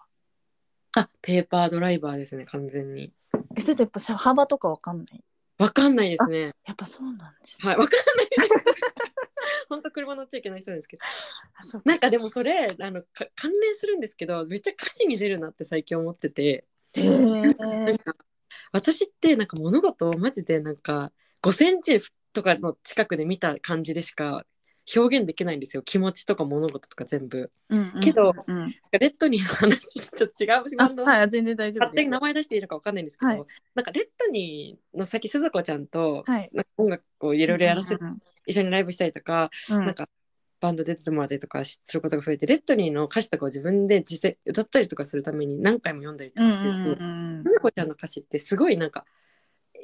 あ、ペーパードライバーですね、完全に。
えそれとやっぱ車幅とかわかんない
分かんないですね。
やっぱそうなんです
はい、分かんないです。本当車乗っちゃいけない人なんですけど。
あそう
なんかでもそれ、あの、か関連するんですけど、めっちゃ歌詞に出るなって最近思ってて。
へー
なんか私ってなんか物事をマジでなんか5センチとかの近くで見た感じでしか表現できないんですよ気持ちとか物事とか全部。
うんうんうん
けど
うん
レッドニーの話ちょっと違うし
あ
バンド
はい、全然大丈夫
勝
で
手
す
に。名前出していいのか分かんないんですけど、
はい
なんかレッドニーの先鈴子ちゃんと
はい
なんか音楽をいろいろやらせて
うん
一緒にライブしたりとか
うん
なんかバンド出てもらったりとかすることが増えてレッドニーの歌詞とかを自分で実際歌ったりとかするために何回も読んだりと
うん
かしてる
う
と。
んうん
鈴子ちゃんの歌詞ってすごいなんか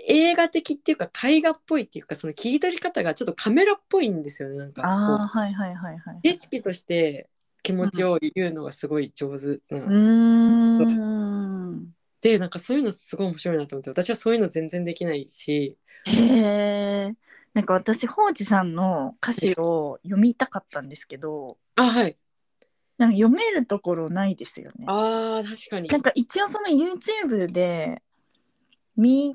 映画的っていうか絵画っぽいっていうかその切り取り方がちょっとカメラっぽいんですよねなんか
あ
こ
あ、はいはいはいは
う
い。
景色として気持ちを言うのがすごい上手な、
うーん。
でなんかそういうのすごい面白いなと思って私はそういうの全然できないし
へえ。なんか私、ほうじさんの歌詞を読みたかったんですけど、
あはい
なんか読めるところないですよね。
あー確
(laughs)
かに
なんか一応その YouTube で、み、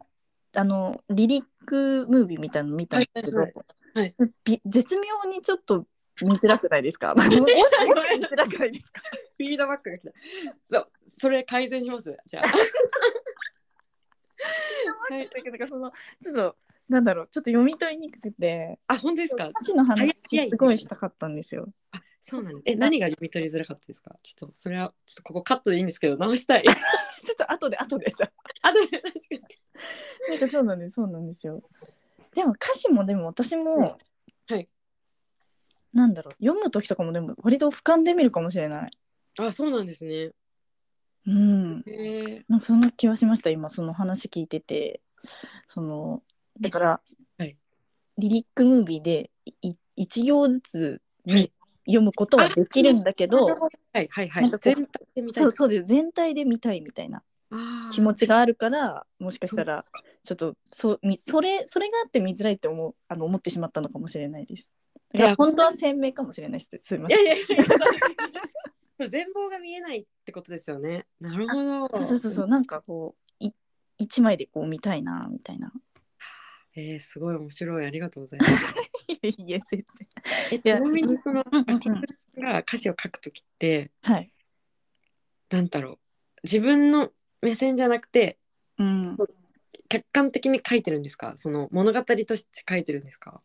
あの、リリックムービーみたいなの見たんですけど、
はいはい
び絶妙にちょっと見づらくないです
(laughs)
か文字が見づらくないですか
フィードバックが来たそうそれ改善しますじゃあは
だ
い
けどなんかそのちょっとなんだろうちょっと読み取りにくくて
あ本当です
歌
か
詞の話
いやいやい
す
や
ごいしたかったんですよ。
あそうなんですえ何が読み取りづらかったですかちょっとそれはちょっとここカットでいいんですけど直したい
ちょっと後で後でじゃあ
(laughs) あで確かに。
なんかそうなんですそうなんですよ。でも歌詞もでも私も、
はい
なんだろう読む時とかもでも割と俯瞰で見るかもしれない。
あ、そうなんですね。
うん。
へえ。
なんかそんな気はしました今その話聞いててそのだから、
はい
リリックムービーでい1行ずつ
はい
読むことはできるんだけど。
はいはいは
ないんか。こう
全体で見たい
そう。そうです全体で見たいみたいな
あー
気持ちがあるからもしかしたらちょっとそうみそれそれがあって見づらいって思うあの思ってしまったのかもしれないです。だから
いや
本当は鮮明かもしれないです。すみま
い
せん
や。いやいや。そう (laughs) 全貌が見えないってことですよね。なるほど。
そ
(laughs)
うそうそうそうなんかこうい一枚でこう見たいなみたいな。
えー、すごい面白いありがとうございます
いやいや全然
(laughs) えち
や
なみにその
うんうんうん
アキくんが歌詞を書くときって
はい
なんだろう自分の目線じゃなくて
うん
客観的に書いてるんですかその物語として書いてるんですか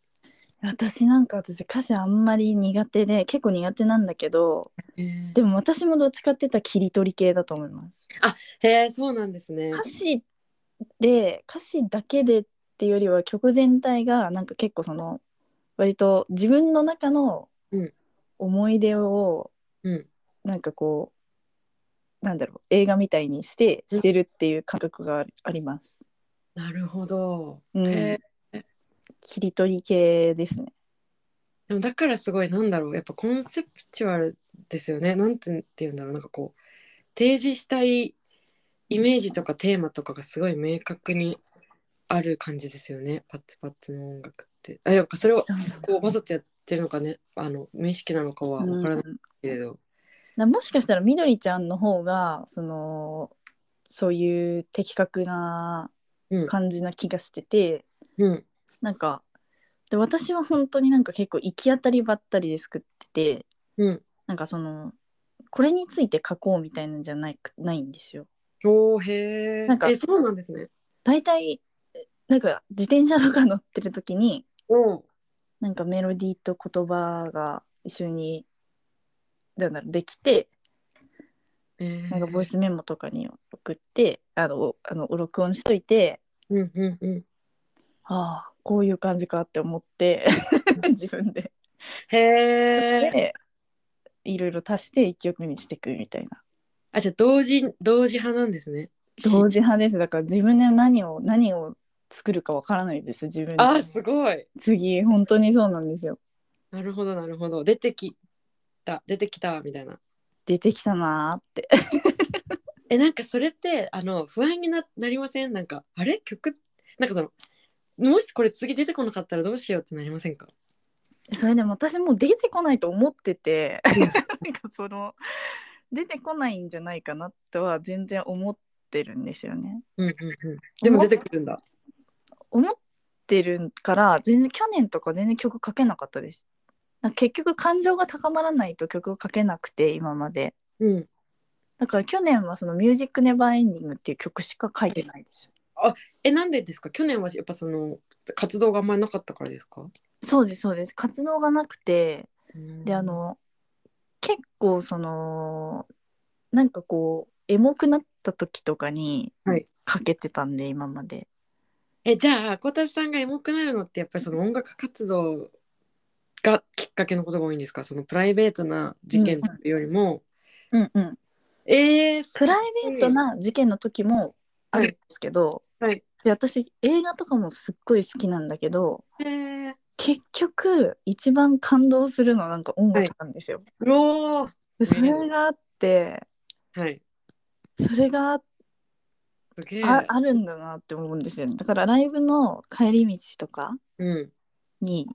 私なんか私歌詞あんまり苦手で結構苦手なんだけどでも私もどっちかって言ったら切り取り系だと思います
へえそうなんですね
歌詞で歌詞だけでっていうよりは曲全体がなんか結構その割と自分の中の
うん
思い出を
うん
なんかこうなんだろう映画みたいにしてしてるっていう感覚がありあります。
なるほど、
うん
へえ
切り取り系ですね。
でもだからすごいなんだろうやっぱコンセプチュアルですよねなんて言うんだろうなんかこう提示したいイメージとかテーマとかがすごい明確にある感じですよねパッツパッツの音楽ってあなんかそれをこうわざとやってるのかねあの無意識なのかはわからない
うん
けれど、
なもしかしたらみどりちゃんの方がそのそういう的確な
うん
感じな気がしてて、
うん
なんかで私は本当になんか結構行き当たりばったりで作ってて
うん
なんかそのこれについて書こうみたいなんじゃないくないんですよ。
おーへ
なんか
ーえそうなんですね
大体えなんか自転車とか乗ってる時に
おー
なんかメロディーと言葉が一緒になんだろうできて
えー
なんかボイスメモとかに送ってあのおあの録音しといて
うんうんうん
ああこういう感じかって思って (laughs) 自分で
へえ
でいろいろ足して一曲にしていくみたいな。
あじゃあ同時同時派なんですね
同時派ですだから自分で何を何を作るかわからないです自分で
あーすごい
次本当にそうなんですよ
なるほどなるほど出てきた出てきたみたいな
出てきたなーって
えなんかそれってあの不安にななりませんなんかあれ曲なんかそのもしこれ次出てこなかったらどうしようってなりませんか
それでも私もう出てこないと思ってて (laughs) なんかその出てこないんじゃないかなとは全然思ってるんですよね
うんうんうんでも出てくるんだ
思ってるから全然去年とか全然曲書けなかったですなんか結局感情が高まらないと曲を書けなくて今まで
うん
だから去年はその「ミュージックネバーエンディングっていう曲しか書いてないです
えなんでですか去年はやっぱその活動があんまりなかったからですか
そうですそうです活動がなくてであ
うん
の結構そのなんかこうエモくなった時とかに
はい
かけてたんで、今まで
えじゃあ小田さんがエモくなるのってやっぱりその音楽活動がきっかけのことが多いんですかそのプライベートな事件というよりも、
うんうん
えー、
プライベートな事件の時もあるんですけど、
はい
で私映画とかもすっごい好きなんだけど
えー、
結局一番感動するのはなんか音楽なんですよ、
うおー
でそれがあって
はい
それがあって
すげえ
ああるんだなって思うんですよねだからライブの帰り道とか
うん
に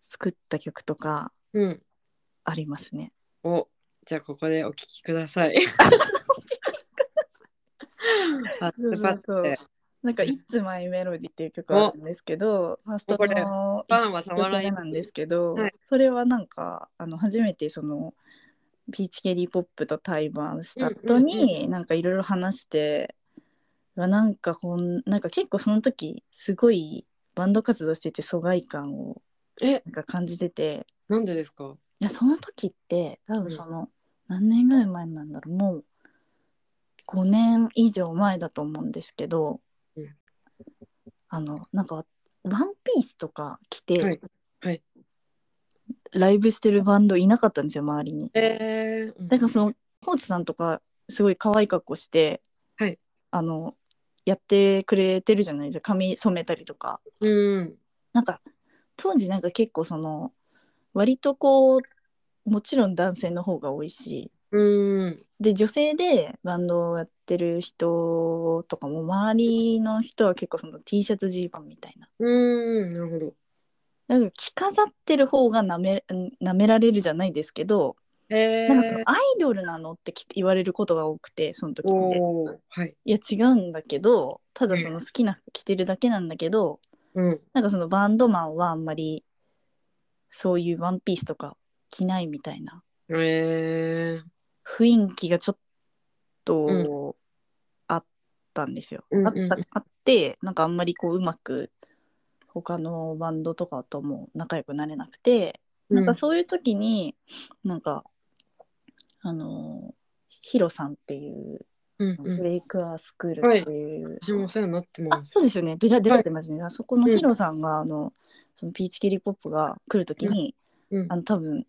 作った曲とか
うん
ありますね
おじゃあここでお聞きくだ
(laughs)
さい。パッツパッ
そうそう
ツ
なんか「It's My Melody」っていう曲あるんですけどファースト
これ
の
ファンはたまら
曲
ない。
なんですけど、
はい
それはなんかあの初めてそのピーチケリーポップと対バンした後に、なんかいろいろ話してうわなんかほんなんか結構その時すごいバンド活動してて疎外感を
え
なんか感じてて。
なんでですか。
いやその時って多分その、何年ぐらい前なんだろうもう5年以上前だと思うんですけど、
うん
あのなんかワンピースとか着て、
はいはい
ライブしてるバンドいなかったんですよ周りに。
えー、うん
だからそのコーチさんとかすごい可愛い格好して、
はい
あのやってくれてるじゃないですか髪染めたりとか。
うん
なんか当時なんか結構その割とこうもちろん男性の方が多いし
うん
で女性でバンドをやってる人とかも周りの人は結構その T シャツジーパンみたいな。
うんなるほど。
なんか着飾ってる方がなめなめられるじゃないですけど、
え
なんかその
ー、
アイドルなのって聞言われることが多くてその時って
おおはい
いや違うんだけどただその好きな服着てるだけなんだけど、
うん
なんかそのバンドマンはあんまりそういうワンピースとか着ないみたいな
えー、
雰囲気がちょっとあったんですよ。
うん
あ
う
っ
んうん
たあってなんかあんまりこううまく他のバンドとかとも仲良くなれなくて、なんかそういう時になんかあのヒロさんっていう
うんうん
ブレイクアースクールっていう、
私もお世話になって
あ
ます。
そうですよね出ら出られてますね、あそこのヒロさんが、あのそのピーチキリポップが来る時に、
うん
あの多分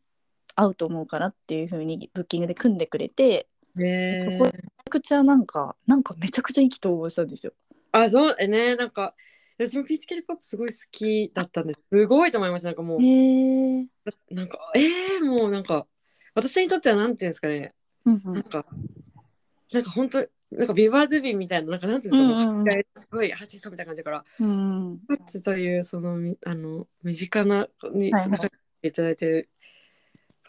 会うと思うからっていうふうにブッキングで組んでくれて
え
そこ
ー、
めちゃくちゃなんかなんかめちゃくちゃ意気投合したんですよ。
あそうえねなんか私もピーチケリポップすごい好きだったんですすごいと思いましたなんかもう
へえ。
なんかえー、もうなんか私にとってはなんていうんですかね
うんう
なん
ん
かなんか本当なんかビバデビみたいななんかなんていうんですか、
うんうんう
もうんきっかけすごいハチさんみたいな感じだから
うん
パッツというそのみあの身近なに
はいはい
その中でいただいてる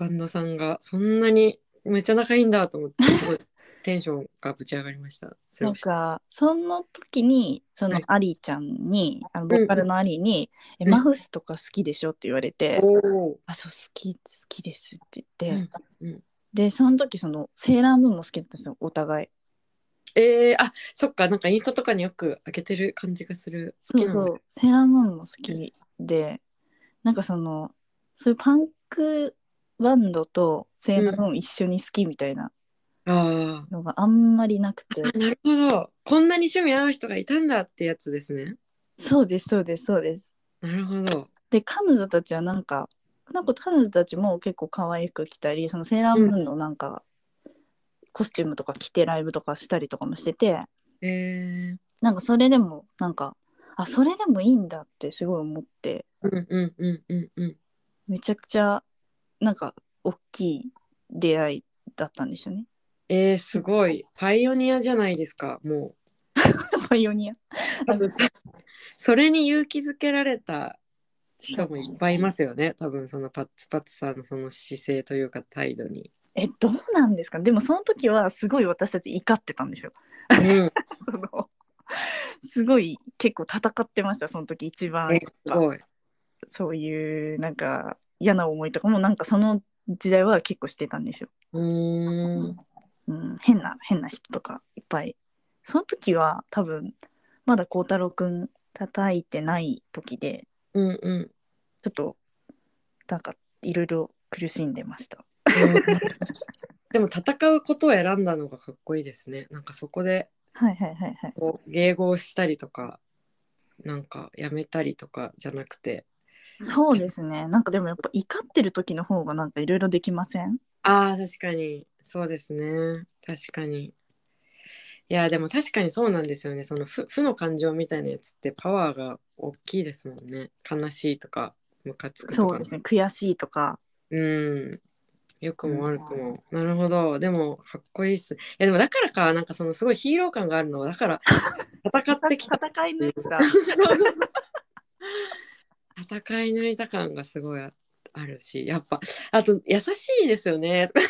バンドさんがそんなにめっちゃ仲いいんだと
(laughs)
思ってすごいテンションがぶち上がりました。それ
な
を
ん
知って
かその時にその
はい
アリーちゃんに、あのボーカルのアリーに「
ん
えマフスとか好きでしょ?」って言われて「
おー
あそう好き好きです」って言
う
って、
んうん
でその時そのセーラームーンも好きだったんですよお互い。
えー、あそっかなんかインスタとかによく開けてる感じがする
そ
好き
う
なん
そ
だ
うセーラームーンも好きでなんかそのそういうパンクバンドとセーラームーン一緒に好きみたいな
あ
のがあんまりなくて、
ーなるほどこんなに趣味合う人がいたんだってやつですね
そうですそうですそうです
なるほど
で彼女たちはなんかなんか彼女たちも結構可愛く着たりそのセーラームーンのなんか、コスチュームとか着てライブとかしたりとかもしてて
えー、
なんかそれでもなんかあそれでもいいんだってすごい思って
うんうんうんうんうん
めちゃくちゃなんか大きい出会いだったんですよね。 (laughs)
えー、すごいパイオニアじゃないですかもう
パイオニア。
多分そそれに勇気づけられた人もいっぱいいますよね多分そのパッツパツさんのその姿勢というか態度に。
えどうなんですかでもその時はすごい私たち怒ってたんですよ。
うん、
そのすごい結構戦ってましたその時一番
えすごい。
そういうなんか嫌な思いとかもなんかその時代は結構してたんですよ。
うーん
うん、変な変な人とかいっぱい。その時は多分まだ孝太郎くん叩いてない時で
うんうん。
ちょっとなんかいろいろ苦しんでました。
(laughs) でも戦うことを選んだのがかっこいいですね。なんかそこで
はいはいはいはい。
こう迎合したりとかなんかやめたりとかじゃなくて
そうですね。なんかでもやっぱ怒ってる時の方がなんかいろいろできません。
ああ確かにそうですね確かにいやでも確かにそうなんですよねその負負の感情みたいなやつってパワーが大きいですもんね悲しいとかムカつくと
そ
か
うですね。悔しいとか。
うん良くも悪くも、なるほどでもかっこいいっすいやでもだからかなんかそのすごいヒーロー感があるのはだから
(laughs)
戦ってきた
戦い抜い (laughs) た。
そうそうそう戦い抜いた感がすごいああるしやっぱあと優しいですよねとか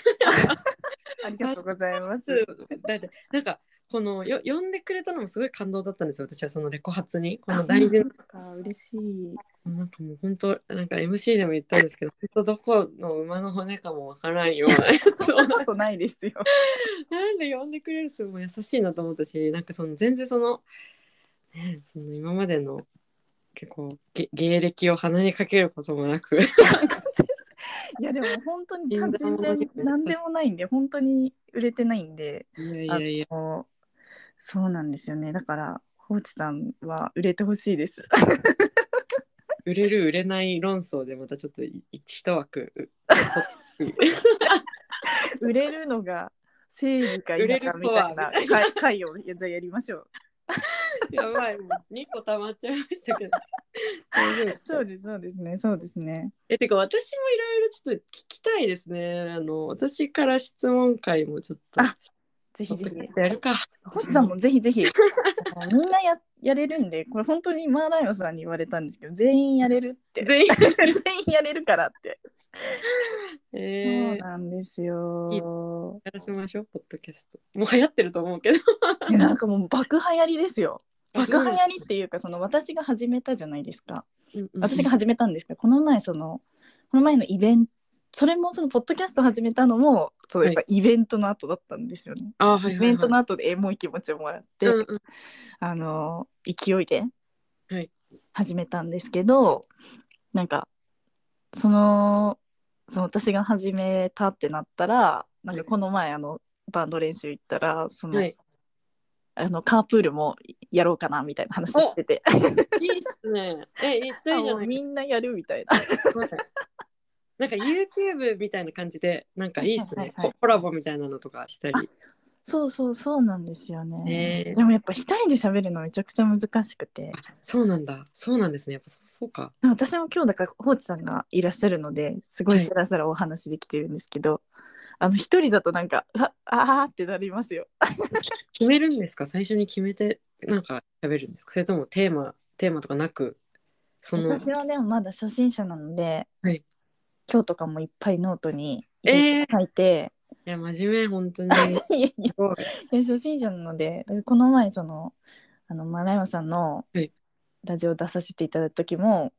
ありがとうございます。
だってなんかこのよ呼んでくれたのもすごい感動だったんですよ私はそのレコ発にこの大事
あそうなんですか嬉しい。
ななんかもう本当なんか MC でも言ったんですけど本当どこの馬の骨かもわからんようなやつ (laughs) を
そんなことないですよ。
なんで呼んでくれるすごい優しいなと思ったしなんかその全然その,、ね、その今までの結構げ芸歴を鼻にかけることもな (laughs) く
いやでも本当に単純で何でもないんで本当に売れてないんで。
いやいやいや
あのそうなんですよね。だからホーチさんは売れてほしいです。
売れる売れない論争でまたちょっとい一枠う
売れるのが正義か
売れ
否
る
か
と
みたい
は
な回回をじゃあやりましょう。
やばい、もう2個溜まっちゃいましたけど。 (laughs) 大丈夫
そうですそうですねそうですね。
えてか私もいろいろちょっと聞きたいですね。あの私から質問会もちょっと
あぜひぜ
ポッドキャ
ひ
ス。トやるか。
ホチさんもぜひぜひあのみんなややれるんでこれ本当にマーライオンさんに言われたんですけど全員やれるって
全員。
全員やれるからって。そう
えー、
なんですよ。
やらせましょうポッドキャスト。もう流行ってると思うけど。
いやなんかもう爆流行りですよ。爆はやりっていうかその私が始めたじゃないですか
うんうん
私が始めたんですけどこの前そのこの前のイベントそれもそのポッドキャスト始めたのもそう
は
や
い
っぱイベントの後だったんですよね、
あはいはいはい
イベントの後でエモい気持ちをもらって、
うんうん
あの勢いで
はい
始めたんですけど、なんかそのその私が始めたってなったらなんかこの前あのバンド練習行ったらその、
はい
あのカープールもやろうかなみたいな話してて
いいっすねえめっちゃいいじ
あ (laughs) も
ゃな
う
い
みんなやるみたいな。
はいなんか YouTube みたいな感じでなんかいいっすね、
はいはいはい
ココラボみたいなのとかしたり
そうそうそうなんですよね。
ねえ
でもやっぱ一人で喋るのめちゃくちゃ難しくて
そうなんだそうなんですねやっぱそうそうか
でも私も今日だからコーチさんがいらっしゃるのですごいさらさらお話できてるんですけど、あの一人だとなんかああーってなりますよ。
決めるんですか最初に決めてなんか喋るんですかそれともテーマテーマとかなくその
私はでもまだ初心者なので、
はい
今日とかもいっぱいノートに
えー
書いて、
いや真面目本当に (laughs)
いやいや
すごい
いや初心者なのでだからこの前そのあのマライオンさんの
はい
ラジオ出させていただいた時も、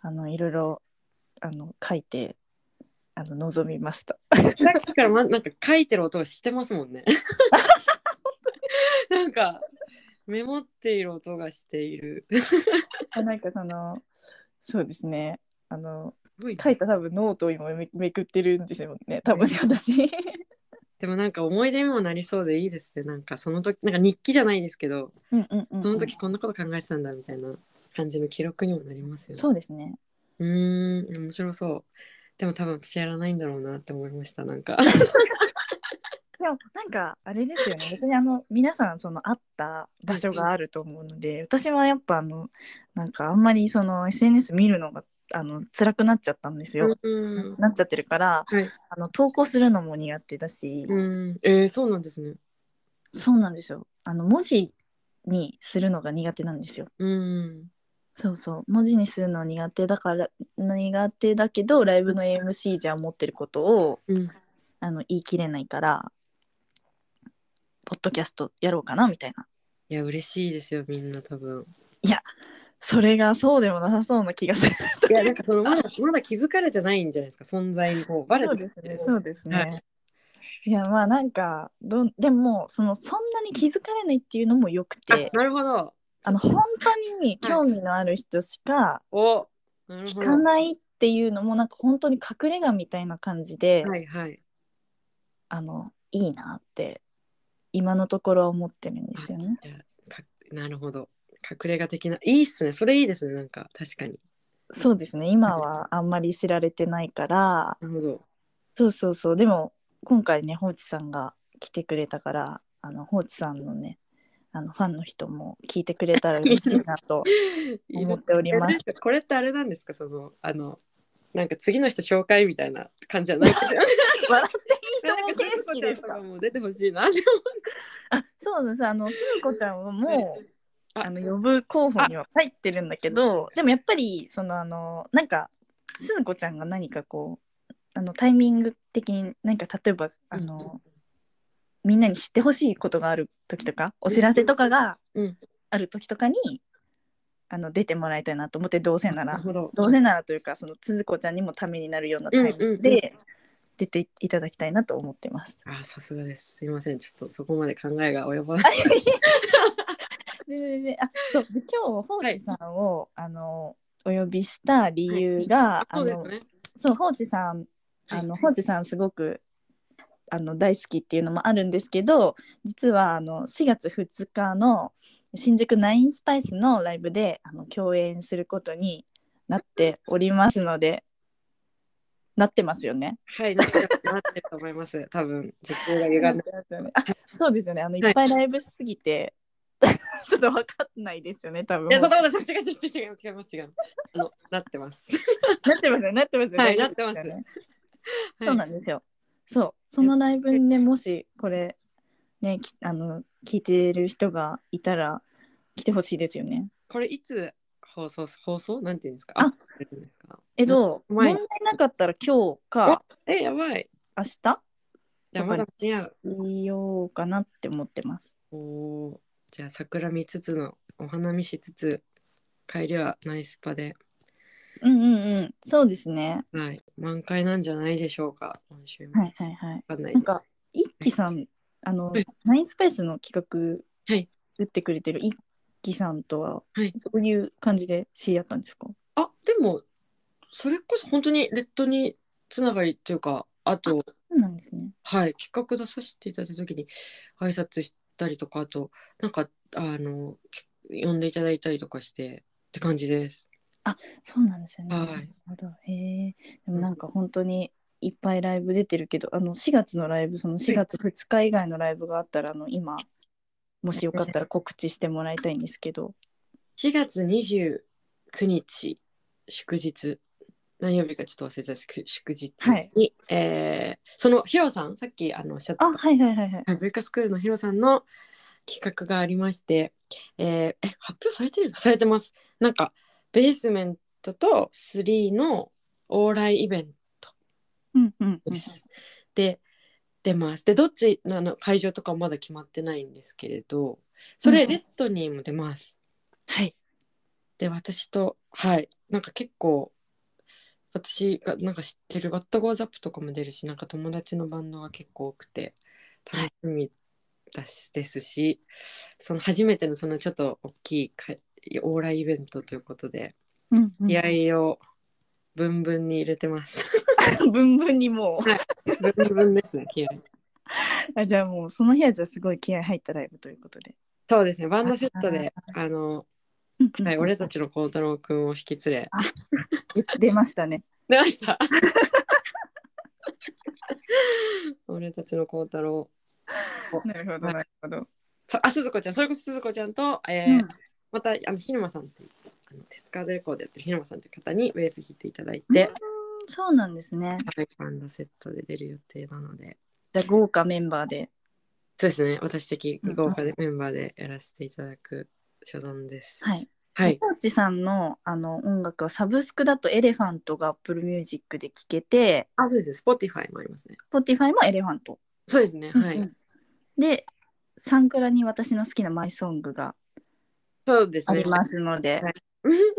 あのいろいろあの書いてあの望みました。
さっきから、ま、なんか書いてる音がしてますもんね (laughs) なんかメモっている音がしているす
あなんかそのそうですねあの
ごいな
書いた多分ノートを今めめくってるんですよね多分ね私
(laughs) でもなんか思い出にもなりそうでいいですねなんかその時なんか日記じゃないですけど
うんうんうんうん
その時こんなこと考えてたんだみたいな感じの記録にもなりますよね。
そうですね
うーん面白そう。でも多分私やらないんだろうなって思いましたなんか。
でもなんかあれですよね別にあの皆さんその会った場所があると思うので私はやっぱあのなんかあんまりその SNS 見るのがあの辛くなっちゃったんですよ、
(laughs) うん
なっちゃってるから、
はい
あの投稿するのも苦手だし、
うんえー、そうなんですね。
そうなんですよあの文字にするのが苦手なんですよ
うん
そうそう文字にするの苦手だから苦手だけどライブの MC じゃ持ってることを
うん
あの言い切れないからポッドキャストやろうかなみたいない
や嬉しいですよみんな多分。
それがそうでもなさそうな気がする。
いやなんかそのまだまだ気づかれてないんじゃないですか存在にこうバレ
そう
て
ですね。
う
そうですね。、
はい
やまあなんかどんでもそのそんなに気づかれないっていうのもよくて、
あなるほど。
あの本当に興味のある人しか
おなる
聞
ほ
か
ど。
ないっていうのもなんか本当に隠れ家みたいな感じで、
はいはい。
あのいいなって今のところは思ってるんですよね。
じゃあかなるほど隠れ家的ないいっすねそれいいですねなんか確かに。
(laughs) そうですね。今はあんまり知られてないから、
なるほど。
そうそうそうでも今回ねホーチさんが来てくれたからあのホーチさんのねあのファンの人も聞いてくれたら嬉しいな (laughs) と思っております
えなんかこれってあれなんですかそのあのなんか次の人紹介みたいな感じじゃない (laughs) ですか。
笑っていいと
な
も
んか
形式です (laughs)
そういうことと
か
も出てほしいなって (laughs)
あそうですあのすみこちゃんはもう
思う
あの呼ぶ候補には入ってるんだけどでもやっぱりそのあのなんかすみこちゃんが何かこうあのタイミング的に何か例えばあの、みんなに知ってほしいことがある時とかお知らせとかが
うん
ある時とかに、あの出てもらいたいなと思ってどうせな
な
ら
るほど。
どうせならというかその鈴子ちゃんにもためになるようなタイミング
うんう
で出ていただきたいなと思ってます。
あさすがです。すいませんちょっとそこまで考えが及ばない。
ででであそうで今日ホーチさんを、あのお呼びした理由が、
そう
あ
です
の
ね。
そうホーチさんあの、ホーチさんすごくあの大好きっていうのもあるんですけど実はあの4月2日の新宿ナインスパイスのライブであの共演することになっておりますのでなってますよね。
はいなんかなってると思います。 (laughs) 多分時効が歪んで。
あそうですよねあのいっぱいライブしすぎて、 (laughs) ちょっと分かんないですよね多分
いやそんなことない違う違う違う違います違います。あのなってます。 (laughs)
なってますよねなってますよね
はい
大丈夫ですよねそう
は
なんですよ。そう、そのライブにね、もしこれ、ね、きあの、聞いてる人がいたら、来てほしいですよね。
いこれいつ放送放送なんていうんですか。
あ
アップされるんですか。
えっと、問
前
題
に
なかったら今日か
えやばい。
明日と
じゃあ
か
まだ間に
に
合う。
しようかなって思ってます。
おーじゃあ桜見つつのお花見しつつ帰りはナイスパで、
うんうんうんそうですね
はい、満開なんじゃないでしょうか今週も、
はいはいはい
わかんない
なんか一輝さんあの、
はい
ナインスペースの企画
はい
打ってくれてる一輝さんとは
はい
どういう感じで知り合ったんですか、
あでもそれこそ本当にレッドにつながりっていうかあと
そうなんですね
はい、企画出させていただいた時に挨拶したりとかあとなんかあのき呼んでいただいたりとかしてって感じです。
そうなんですよね。
はい
なるほど。へえ。でもなんか本当にいっぱいライブ出てるけど、あの4月のライブ、その4月2日以外のライブがあったら、あの今、もしよかったら告知してもらいたいんですけど。
4月29日祝日何曜日かちょっと忘れてたんですけど祝日
はい
に、えーそのヒロさんさっきあのおっしゃって
あ、
た
はいはいはいはい。
はいブリカスクールのヒロさんの企画がありまして、えーえ発表されてるされてますなんかベースメントと3の往来イベント
うんうん、うん。
です。で出ます。でどっちのあの会場とかまだ決まってないんですけれどそれ
うん
レッドにも出ます。
はい。
で私とはいなんか結構私がなんか知ってる「What Goes Up」とかも出るしなんか友達のバンドが結構多くて楽しみだしですしその初めてのそのちょっと大きいか往来イベントということで
うん、うん。
気合をブンブンに入れてます。
(laughs) ぶんぶんにもう。
(laughs) ブンブンですね気合
あ、じゃあもうその日はじゃあすごい気合入ったライブということで。
そうですね、バンドセットで、あの、
うんうん
はい、俺たちの孝太郎くんを引き連れ。
出ましたね。
出ました。俺たちの孝太郎。
(laughs) なるほど、なるほど。
そあ、鈴子ちゃん、それこそ鈴子ちゃんと、え
う
ー
ん
また、あの、ひぬまさんっていう。あの、テスカードレコードやってるひぬまさんという方に、ベース弾いていただいて。
そうなんですね。
はい、バンドセットで出る予定なので。
じゃあ豪華メンバーで。
そうですね、私的豪華で、メンバーでやらせていただく所存です。
はい。
はい。
コーチさんのあの音楽はサブスクだとエレファントが Apple Music で聴けて
あ、そうですね、スポティファイもありますね。
Spotify もエレファント。
そうですね、はい。
うんうんでサンクラに私の好きなマイソングが
そうです
あ
ね。
り
(laughs)
ますので、
はい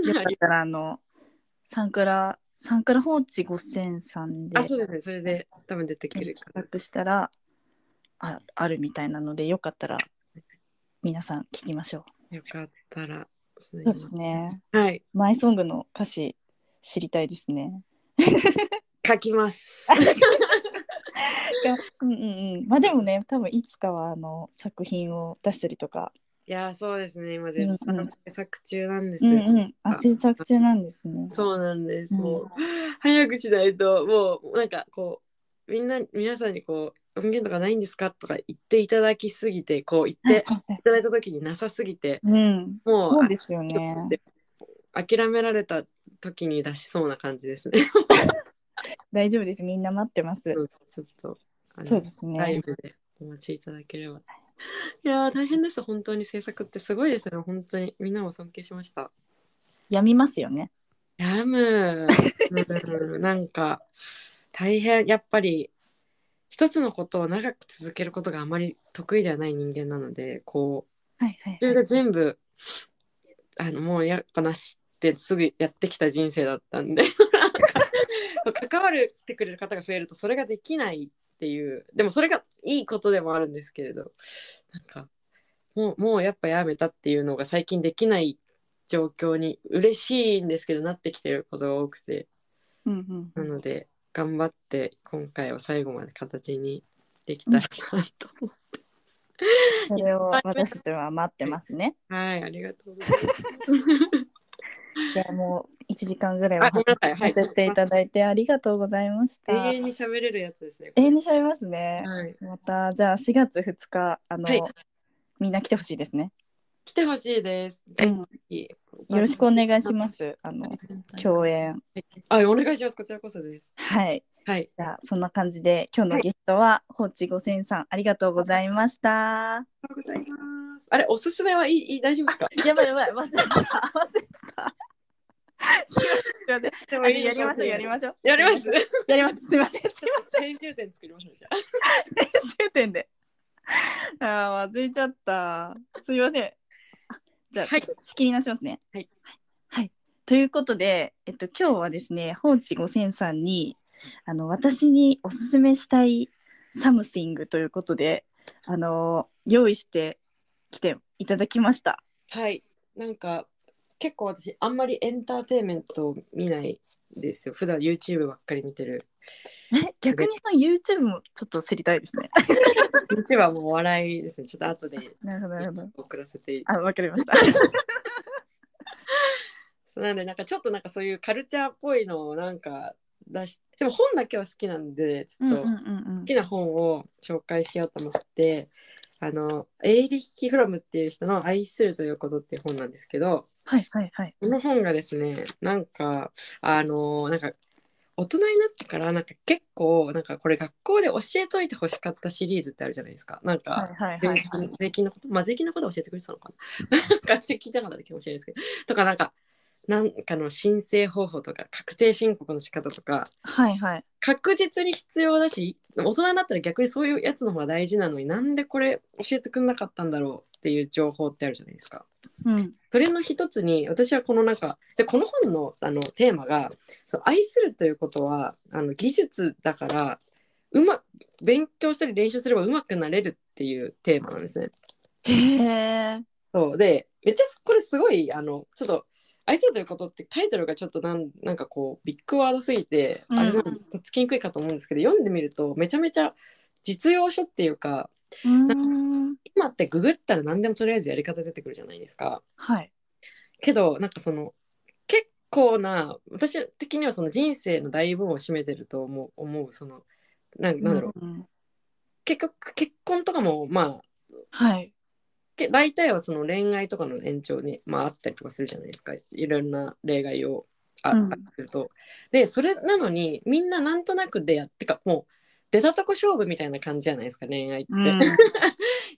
よかった (laughs) らあのサンクラサンクラ放置5000さんで
あ、そうですね。それで多分出てくる
検
かな。
索したらああるみたいなのでよかったら皆さん聞きましょ。
よかったら。すいうま
そう
せん
ですね。
はい。
マイソングの歌詞知りたいですね。
書
(laughs)
きます。
いやうんうんうんまあでもね多分いつかはあの作品を出したりとか、
いやー、そうですね。今絶
うんうん
賛制作中なんです。
うんうん、
あ
あ制作中なんですね。
そうなんです。
うん
もう早くしないと、もうなんかこうみんな皆さんにこう音源とかないんですかとか言っていただきすぎて、こう言っていただいた時になさすぎて、
(laughs) うん、
もう
そうですよね。
諦められた時に出しそうな感じですね。
大丈夫です。みんな待ってます。
うんちょっと。あの
そうです
ライ
ね。
ブでお待ちいただければ。いやー大変です本当に制作ってすごいですね本当にみんなを尊敬しました。
やみますよね。
やむうんなんか大変やっぱり一つのことを長く続けることがあまり得意ではない人間なのでこ
はいはいう
途中
はい。
で全部あのもうやっぱなしってすぐやってきた人生だった
(laughs)
んでなんか関わるってくれる方が増えるとそれができないっていうでもそれがいいことでもあるんですけれどなんかもうもうやっぱやめたっていうのが最近できない状況に嬉しいんですけどなってきてることが多くて
うんう。
なんので頑張って今回は最後まで形にできたら
(laughs)
なと、
それを私たちは待ってますね。
はいありがとうございます。
じゃあもう一時間ぐらい
あ
は
ごめんなさいはい
させていただいてありがとうございました。
永
永
遠に喋れるやつですね。
遠にしゃべりますね。
はい、
またじゃあ4月2日あの、
はい
みんな来てほしいですね。
来てほしいです。
う
ぜ
ん
ひ
よろしくお願いします。あの共演。
あ、お願いします。こちらこそです。
はい。
はい。
じゃあそんな感じで今日のゲストは放置五千さんありがとうございました。
ありがとうございます。あれ、おすすめはいい、いい大丈夫 (laughs) ですか。
(laughs) やばいやばい忘れてた忘れてた。 (laughs) すいません (laughs) すいま
で
せん。やりましょうやり
す。
ましょう。
やります。 (laughs)
やりますすいませんすいま
編集点作りましょう。じゃあ。
せん。終点で。ああ、まずいちゃった。すいません。あじゃあ、
はい
ちょっと仕切り直しますね。
はい。
はい。ということで、えっと、今日はですね、放置五千さんに、あの、私におすすめしたいサムシングということで、あの、用意してきていただきました。
はいなんか結構私あんまりエンターテインメントを見ないですよ普段 YouTube ばっかり見てる
え、逆にその YouTube もちょっと知りたいですね。
YouTube はもう笑いですねちょっと後で
なるほど、なるほど。
送らせて
あ、わかりました。
そうなんでなんかちょっとなんかそういうカルチャーっぽいのをなんか出しでも本だけは好きなんでち
う
ょ
ん
っ
う
と、
んうん
好きな本を紹介しようと思ってあのエイリッヒ・フロムっていう人の「愛するということ」っていう本なんですけど
はいはいはい。
この本がですねなんかあのなんか大人になってからなんか結構なんかこれ学校で教えといてほしかったシリーズってあるじゃないですかなんか、
はいはい
税
はい。
金税金のこと、まあ、税金のこと教えてくれてたのかななんか私聞いたかっただけかもしれないですけどとかなんかなんかの申請方法とか確定申告の仕方とか
はいはい。
確実に必要だし大人になったら逆にそういうやつの方が大事なのになんでこれ教えてくれなかったんだろうっていう情報ってあるじゃないですか。
うん。
それの一つに私はこの中でこの本のあのテーマがそう愛するということはあの技術だからうま勉強したり練習すればうまくなれるっていうテーマなんですね。
へえ。
そうでめっちゃこれすごいあのちょっと「愛するということ」ってタイトルがちょっとなんなんかこうビッグワードすぎて
うん
あれなんかとっつきにくいかと思うんですけど、読んでみるとめちゃめちゃ実用書っていうか
うーん。
今ってググったら何でもとりあえずやり方出てくるじゃないですか。
はい。
けどなんかその結構な私的にはその人生の大部分を占めてると思う思うそのなんなんだろう、
うん
結局結婚とかもまあ
はい。
け大体はその恋愛とかの延長に、まあ、あったりとかするじゃないですかいろんな例外をあ、
うん
あるとでそれなのにみんななんとなくでやってかもう出たとこ勝負みたいな感じじゃないですか恋愛って、
うん、 (laughs)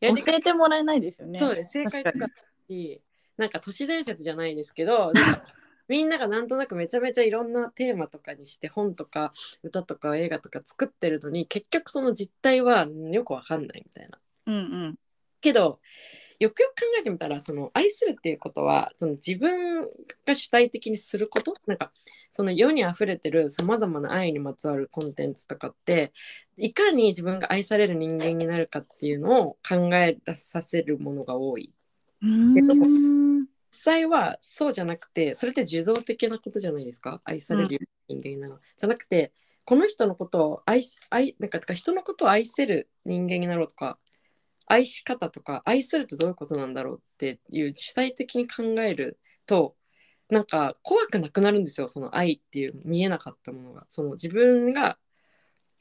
やり方
教えてもらえないですよね。
そうです正解とかだしなんか都市伝説じゃないです
(laughs)
けどなんかみんながなんとなくめちゃめちゃいろんなテーマとかにして本とか歌とか映画とか作ってるのに結局その実態はよくわかんないみたいな。
うんうん。
けどよくよく考えてみたらその愛するっていうことはその自分が主体的にすることなんかその世にあふれてるさまざまな愛にまつわるコンテンツとかっていかに自分が愛される人間になるかっていうのを考えさせるものが多い。
うーん。
実際はそうじゃなくてそれって受動的なことじゃないですか愛される人間なの、じゃなくてこの人のことを愛す愛なんかてか人のことを愛せる人間になろうとか愛し方とか愛するってどういうことなんだろうっていう主体的に考えるとなんか怖くなくなるんですよその愛っていう見えなかったものがその自分が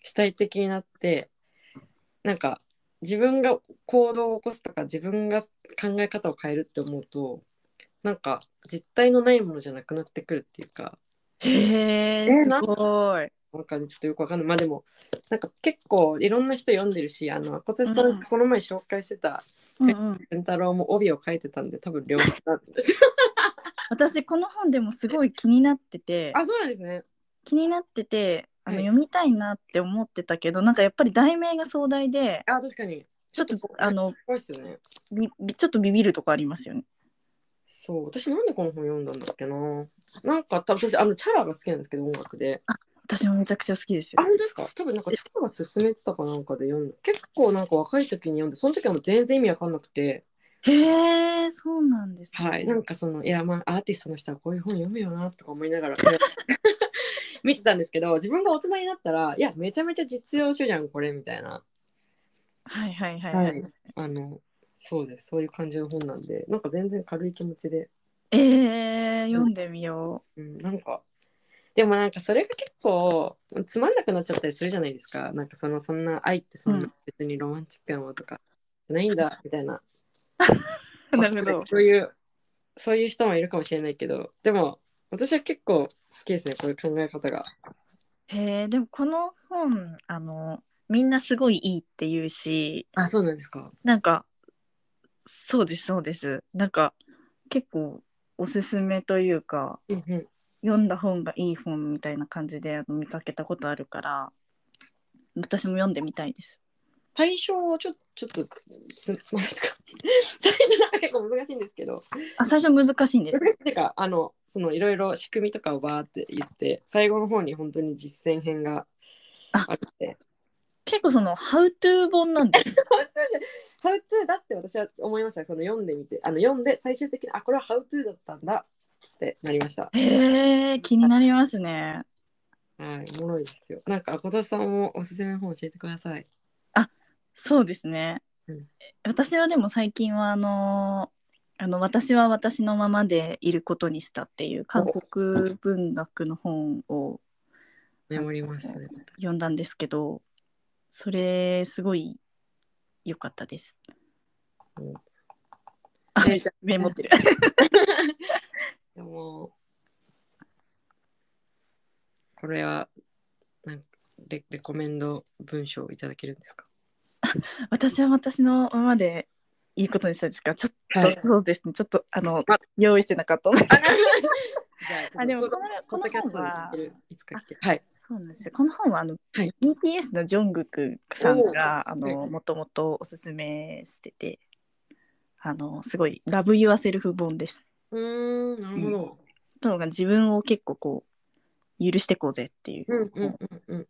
主体的になってなんか自分が行動を起こすとか自分が考え方を変えるって思うとなんか実体のないものじゃなくなってくるっていうか
へえ、
え
す
なん
ごい。
なんかちょっとよくわかんないまあでもなんか結構いろんな人読んでるしあの小手さ
うんうん
んこの前紹介してた
うんうん、
文太郎も帯を書いてたんで多分両方なん
(laughs)
ですよ
私この本でもすごい気になってて
あそうなんですね
気になっててあの
はい
読みたいなって思ってたけど、なんかやっぱり題名が壮大で
あ確かに
ちょっとあの
怖いですよね
びびちょっとビビるとこありますよね。
そう私なんでこの本読んだんだっけななんか多分私あのチャラが好きなんですけど音楽で
私もめちゃくちゃ好きです
あ
よ。
本当ですか多分なんかチャラが勧めてたかなんかで読んだ結構なんか若い時に読んでその時はもう全然意味わかんなくて
へえ、そうなんです、ね。
はい、なんかそのいやまあアーティストの人はこういう本読むよなとか思いながら (laughs) 見てたんですけど自分が大人になったらいやめちゃめちゃ実用書じゃんこれみたいな
はいはいはい。
はいあのそうですそういう感じの本なんでなんか全然軽い気持ちで、
えー、読んでみよ
うん、なんかでもなんかそれが結構つまんなくなっちゃったりするじゃないですかなんかそのそんな愛ってそん
う
なん別にロマンチックなものとかじゃないんだみたいな (laughs)
う。 (laughs) なるほど。
そういうそういう人もいるかもしれないけどでも私は結構好きですねこういう考え方が。
へえ、でもこの本、あの、みんなすごいいいって言うし、
あ、そうなんですか。
なんか、そうですそうです。なんか、結構おすすめというか、
うんうん。
読んだ本がいい本みたいな感じであの見かけたことあるから、私も読んでみたいです。
対象をちょちょっとすすまないとか (laughs) 最初なんか結構難しいんですけど
あ最初難しいんです
難しいっていうかあのそのいろいろ仕組みとかをバーって言って最後の方に本当に実践編があって
結構その「How to 本」なんです
(laughs) ハウトゥーだって私は思いましたその読んでみてあの読んで最終的にあこれはハウトゥーだったんだってなりました
(laughs) へえ気になりますね
はいおもろいですよなんか小田さんもおすすめの本教えてください
そうですね、
うん
私はでも最近はあのあの私は私のままでいることにしたっていう韓国文学の本を
メモりますそれ
読んだんですけどそれすごい良かったです
うん。
あ
えーじゃあ
メモってる。 (laughs)
でもこれはなんかレレコメンド文章をいただけるんですか
私は私のままでいいことにしたんですかちょっと、
はい
そうですねちょっとあの
あ
用意してなかった
あなるほどじゃあ
あ (laughs) でも
そうだ
この
ポッドキャスト
この本
で聞
は
けるいつか聞けるはい
そうなんですよ。この本はあの、
はい
BTS のジョングクさんがあ
は
のもともとおすすめしてて、あのすごいラブユアセルフ本です。
うーんなるほど
とのが自分を結構こう許してこうぜっていう、
うんうんうんうん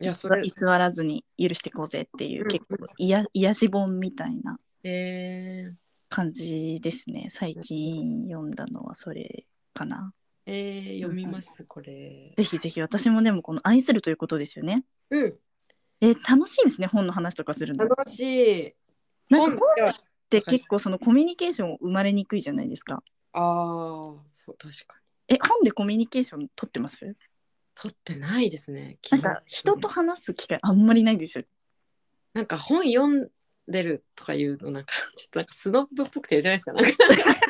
いやそれ
偽らずに許してこうぜっていう
うん
結構癒や癒し本みたいな
えー、
感じですね。最近読んだのはそれかな。
えー、読みますこれ
ぜひぜひ私もでもこの愛するということですよね。
うん
え楽しいですね本の話とかするの。
楽しい
なん
本
か本
あ
って結構そのコミュニケーション生まれにくいじゃないですか。
あーそう確かに
え本でコミュニケーション取ってます
撮ってないですね
なんか人と話す機会あんまりないですよ。
なんか本読んでるとかいうのなんか (laughs) ちょっとなんかスノブっぽくて嫌じゃないですか (laughs) なんか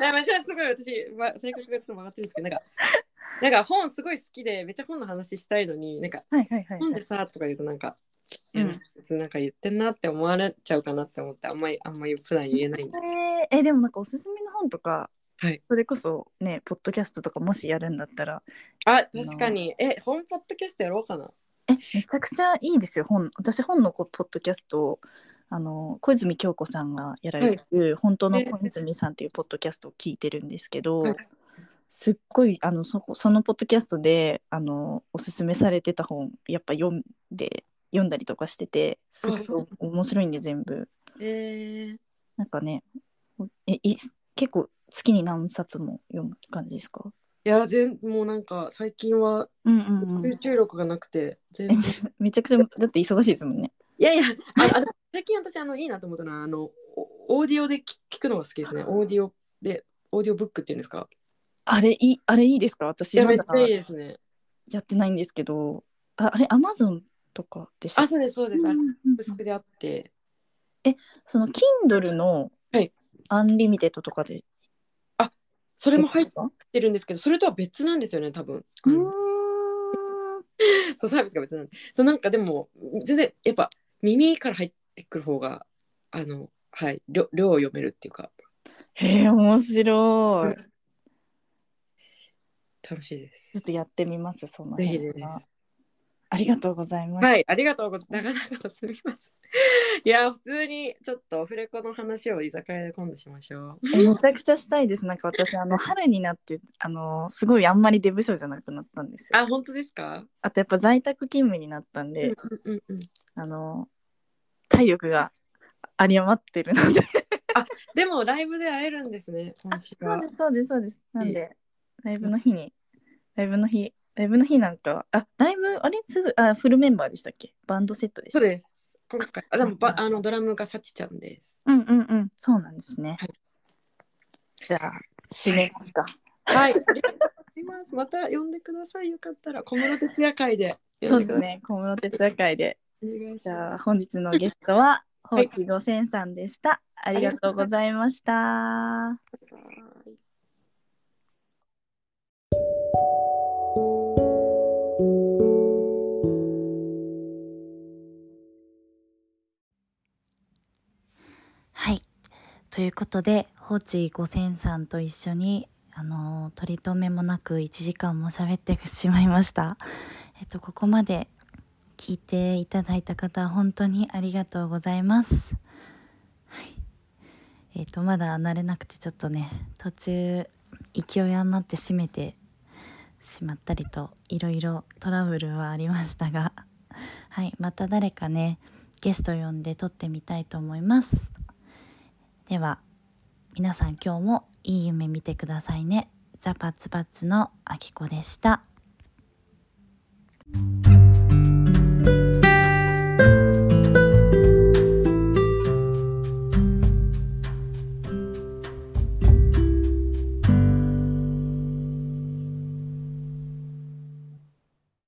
あめっちゃすごい (laughs) 私、ま、性格がちょっと曲がってるんですけどなんかなんか本すごい好きでめっちゃ本の話したいのになんか
はいはいはい、
本
は
で
い。
さとか言うとなんか、
うん
いや別になんか言ってんなって思われちゃうかなって思ってあんまりあんまり普段言えないんです
えーえでもなんかおすすめの本とか、
はい
それこそねポッドキャストとかもしやるんだったら
あ確かにえ本ポッドキャストやろうかな
えめちゃくちゃいいですよ本私本のこポッドキャストをあの小泉京子さんがやられてる、本当の小泉さんっていうポッドキャストを聞いてるんですけど、
はい
すっごいあのそこそのポッドキャストであのおすすめされてた本やっぱ読んで読んだりとかしててすご
あそう
く面白いんで全部
えー、
なんかねえい結構月に何冊も読む感じですか
いや全もうなんか最近は
うんうん、う
集
ん、
中力がなくて全然
めちゃくちゃだって忙しいですもんね
いやいや、あ (laughs) あの最近私あのいいなと思ったのはあのオオーディオで聞聞くのが好きですね。オーディオでオーディオブックっていうんですか。
あれいいあれいいですか私
いや
ま
めっ
だ
ちゃいいですね。
やってないんですけどああれアマゾンとかでした
あそうですそうです。あ
う
れ
んうんうん
ブックであって、
その Kindle の
はい
アンリミテッドとかでそ
それも入っ
か
てるんですけど、それとは別なんですよね多分。
う
あ
ー
の
ん
そうサービスが別なんで、そうなんかでも全然やっぱ耳から入ってくる方があのはい量量を読めるっていうか
へえ面白い。
楽しい
ち
で
ょっ
す。
とやってみますその
ぜひ
辺
です。
は。ありがとうございます。、
はいい、ありがとうございます。長々とすみません。いや、普通にちょっとオフレコの話を居酒屋で今度しましょう。
めちゃくちゃしたいです。なんか私
(laughs)
あの春になってあのすごいあんまり出不精じゃなくなったんですよ。
あ、本当ですか。
あとやっぱ在宅勤務になったん
うん
で、
うんうん。
あの体力が有り余ってるので。
でも、ライブで会えるんですね。今週
そう
は
ですそうですそうです。なんでライブの日にライブの日ライブの日なんかはあライブあれすずあフルメンバーでしたっけバンドセットでし
そ
た
う。です。今回、あ、でも、ば
う、ん
あの、ドラムがさちちゃんです。
うんうんうん、そうなんですね。
はい
じゃあ、締めますか。
はい。ありがとうございます。また呼んでください。よかったら、小室哲也会で。
そうです。ね、小室哲也会で。
お願いします。
じゃあ、本日のゲストは、ほ
いう
きごせんさんでした。ありがとうございました。
はい
はい。ということで、放置五千さんと一緒に、あのー、取り留めもなく1時間も喋ってしまいました。えっと、ここまで聞いていただいた方本当にありがとうございます。はい、えっ、とまだ慣れなくてちょっとね途中勢い余って閉めてしまったりといろいろトラブルはありましたが、はいまた誰かねゲスト呼んで撮ってみたいと思います。では皆さん今日もいい夢見てくださいね。ザパッツパッツのあきこでした。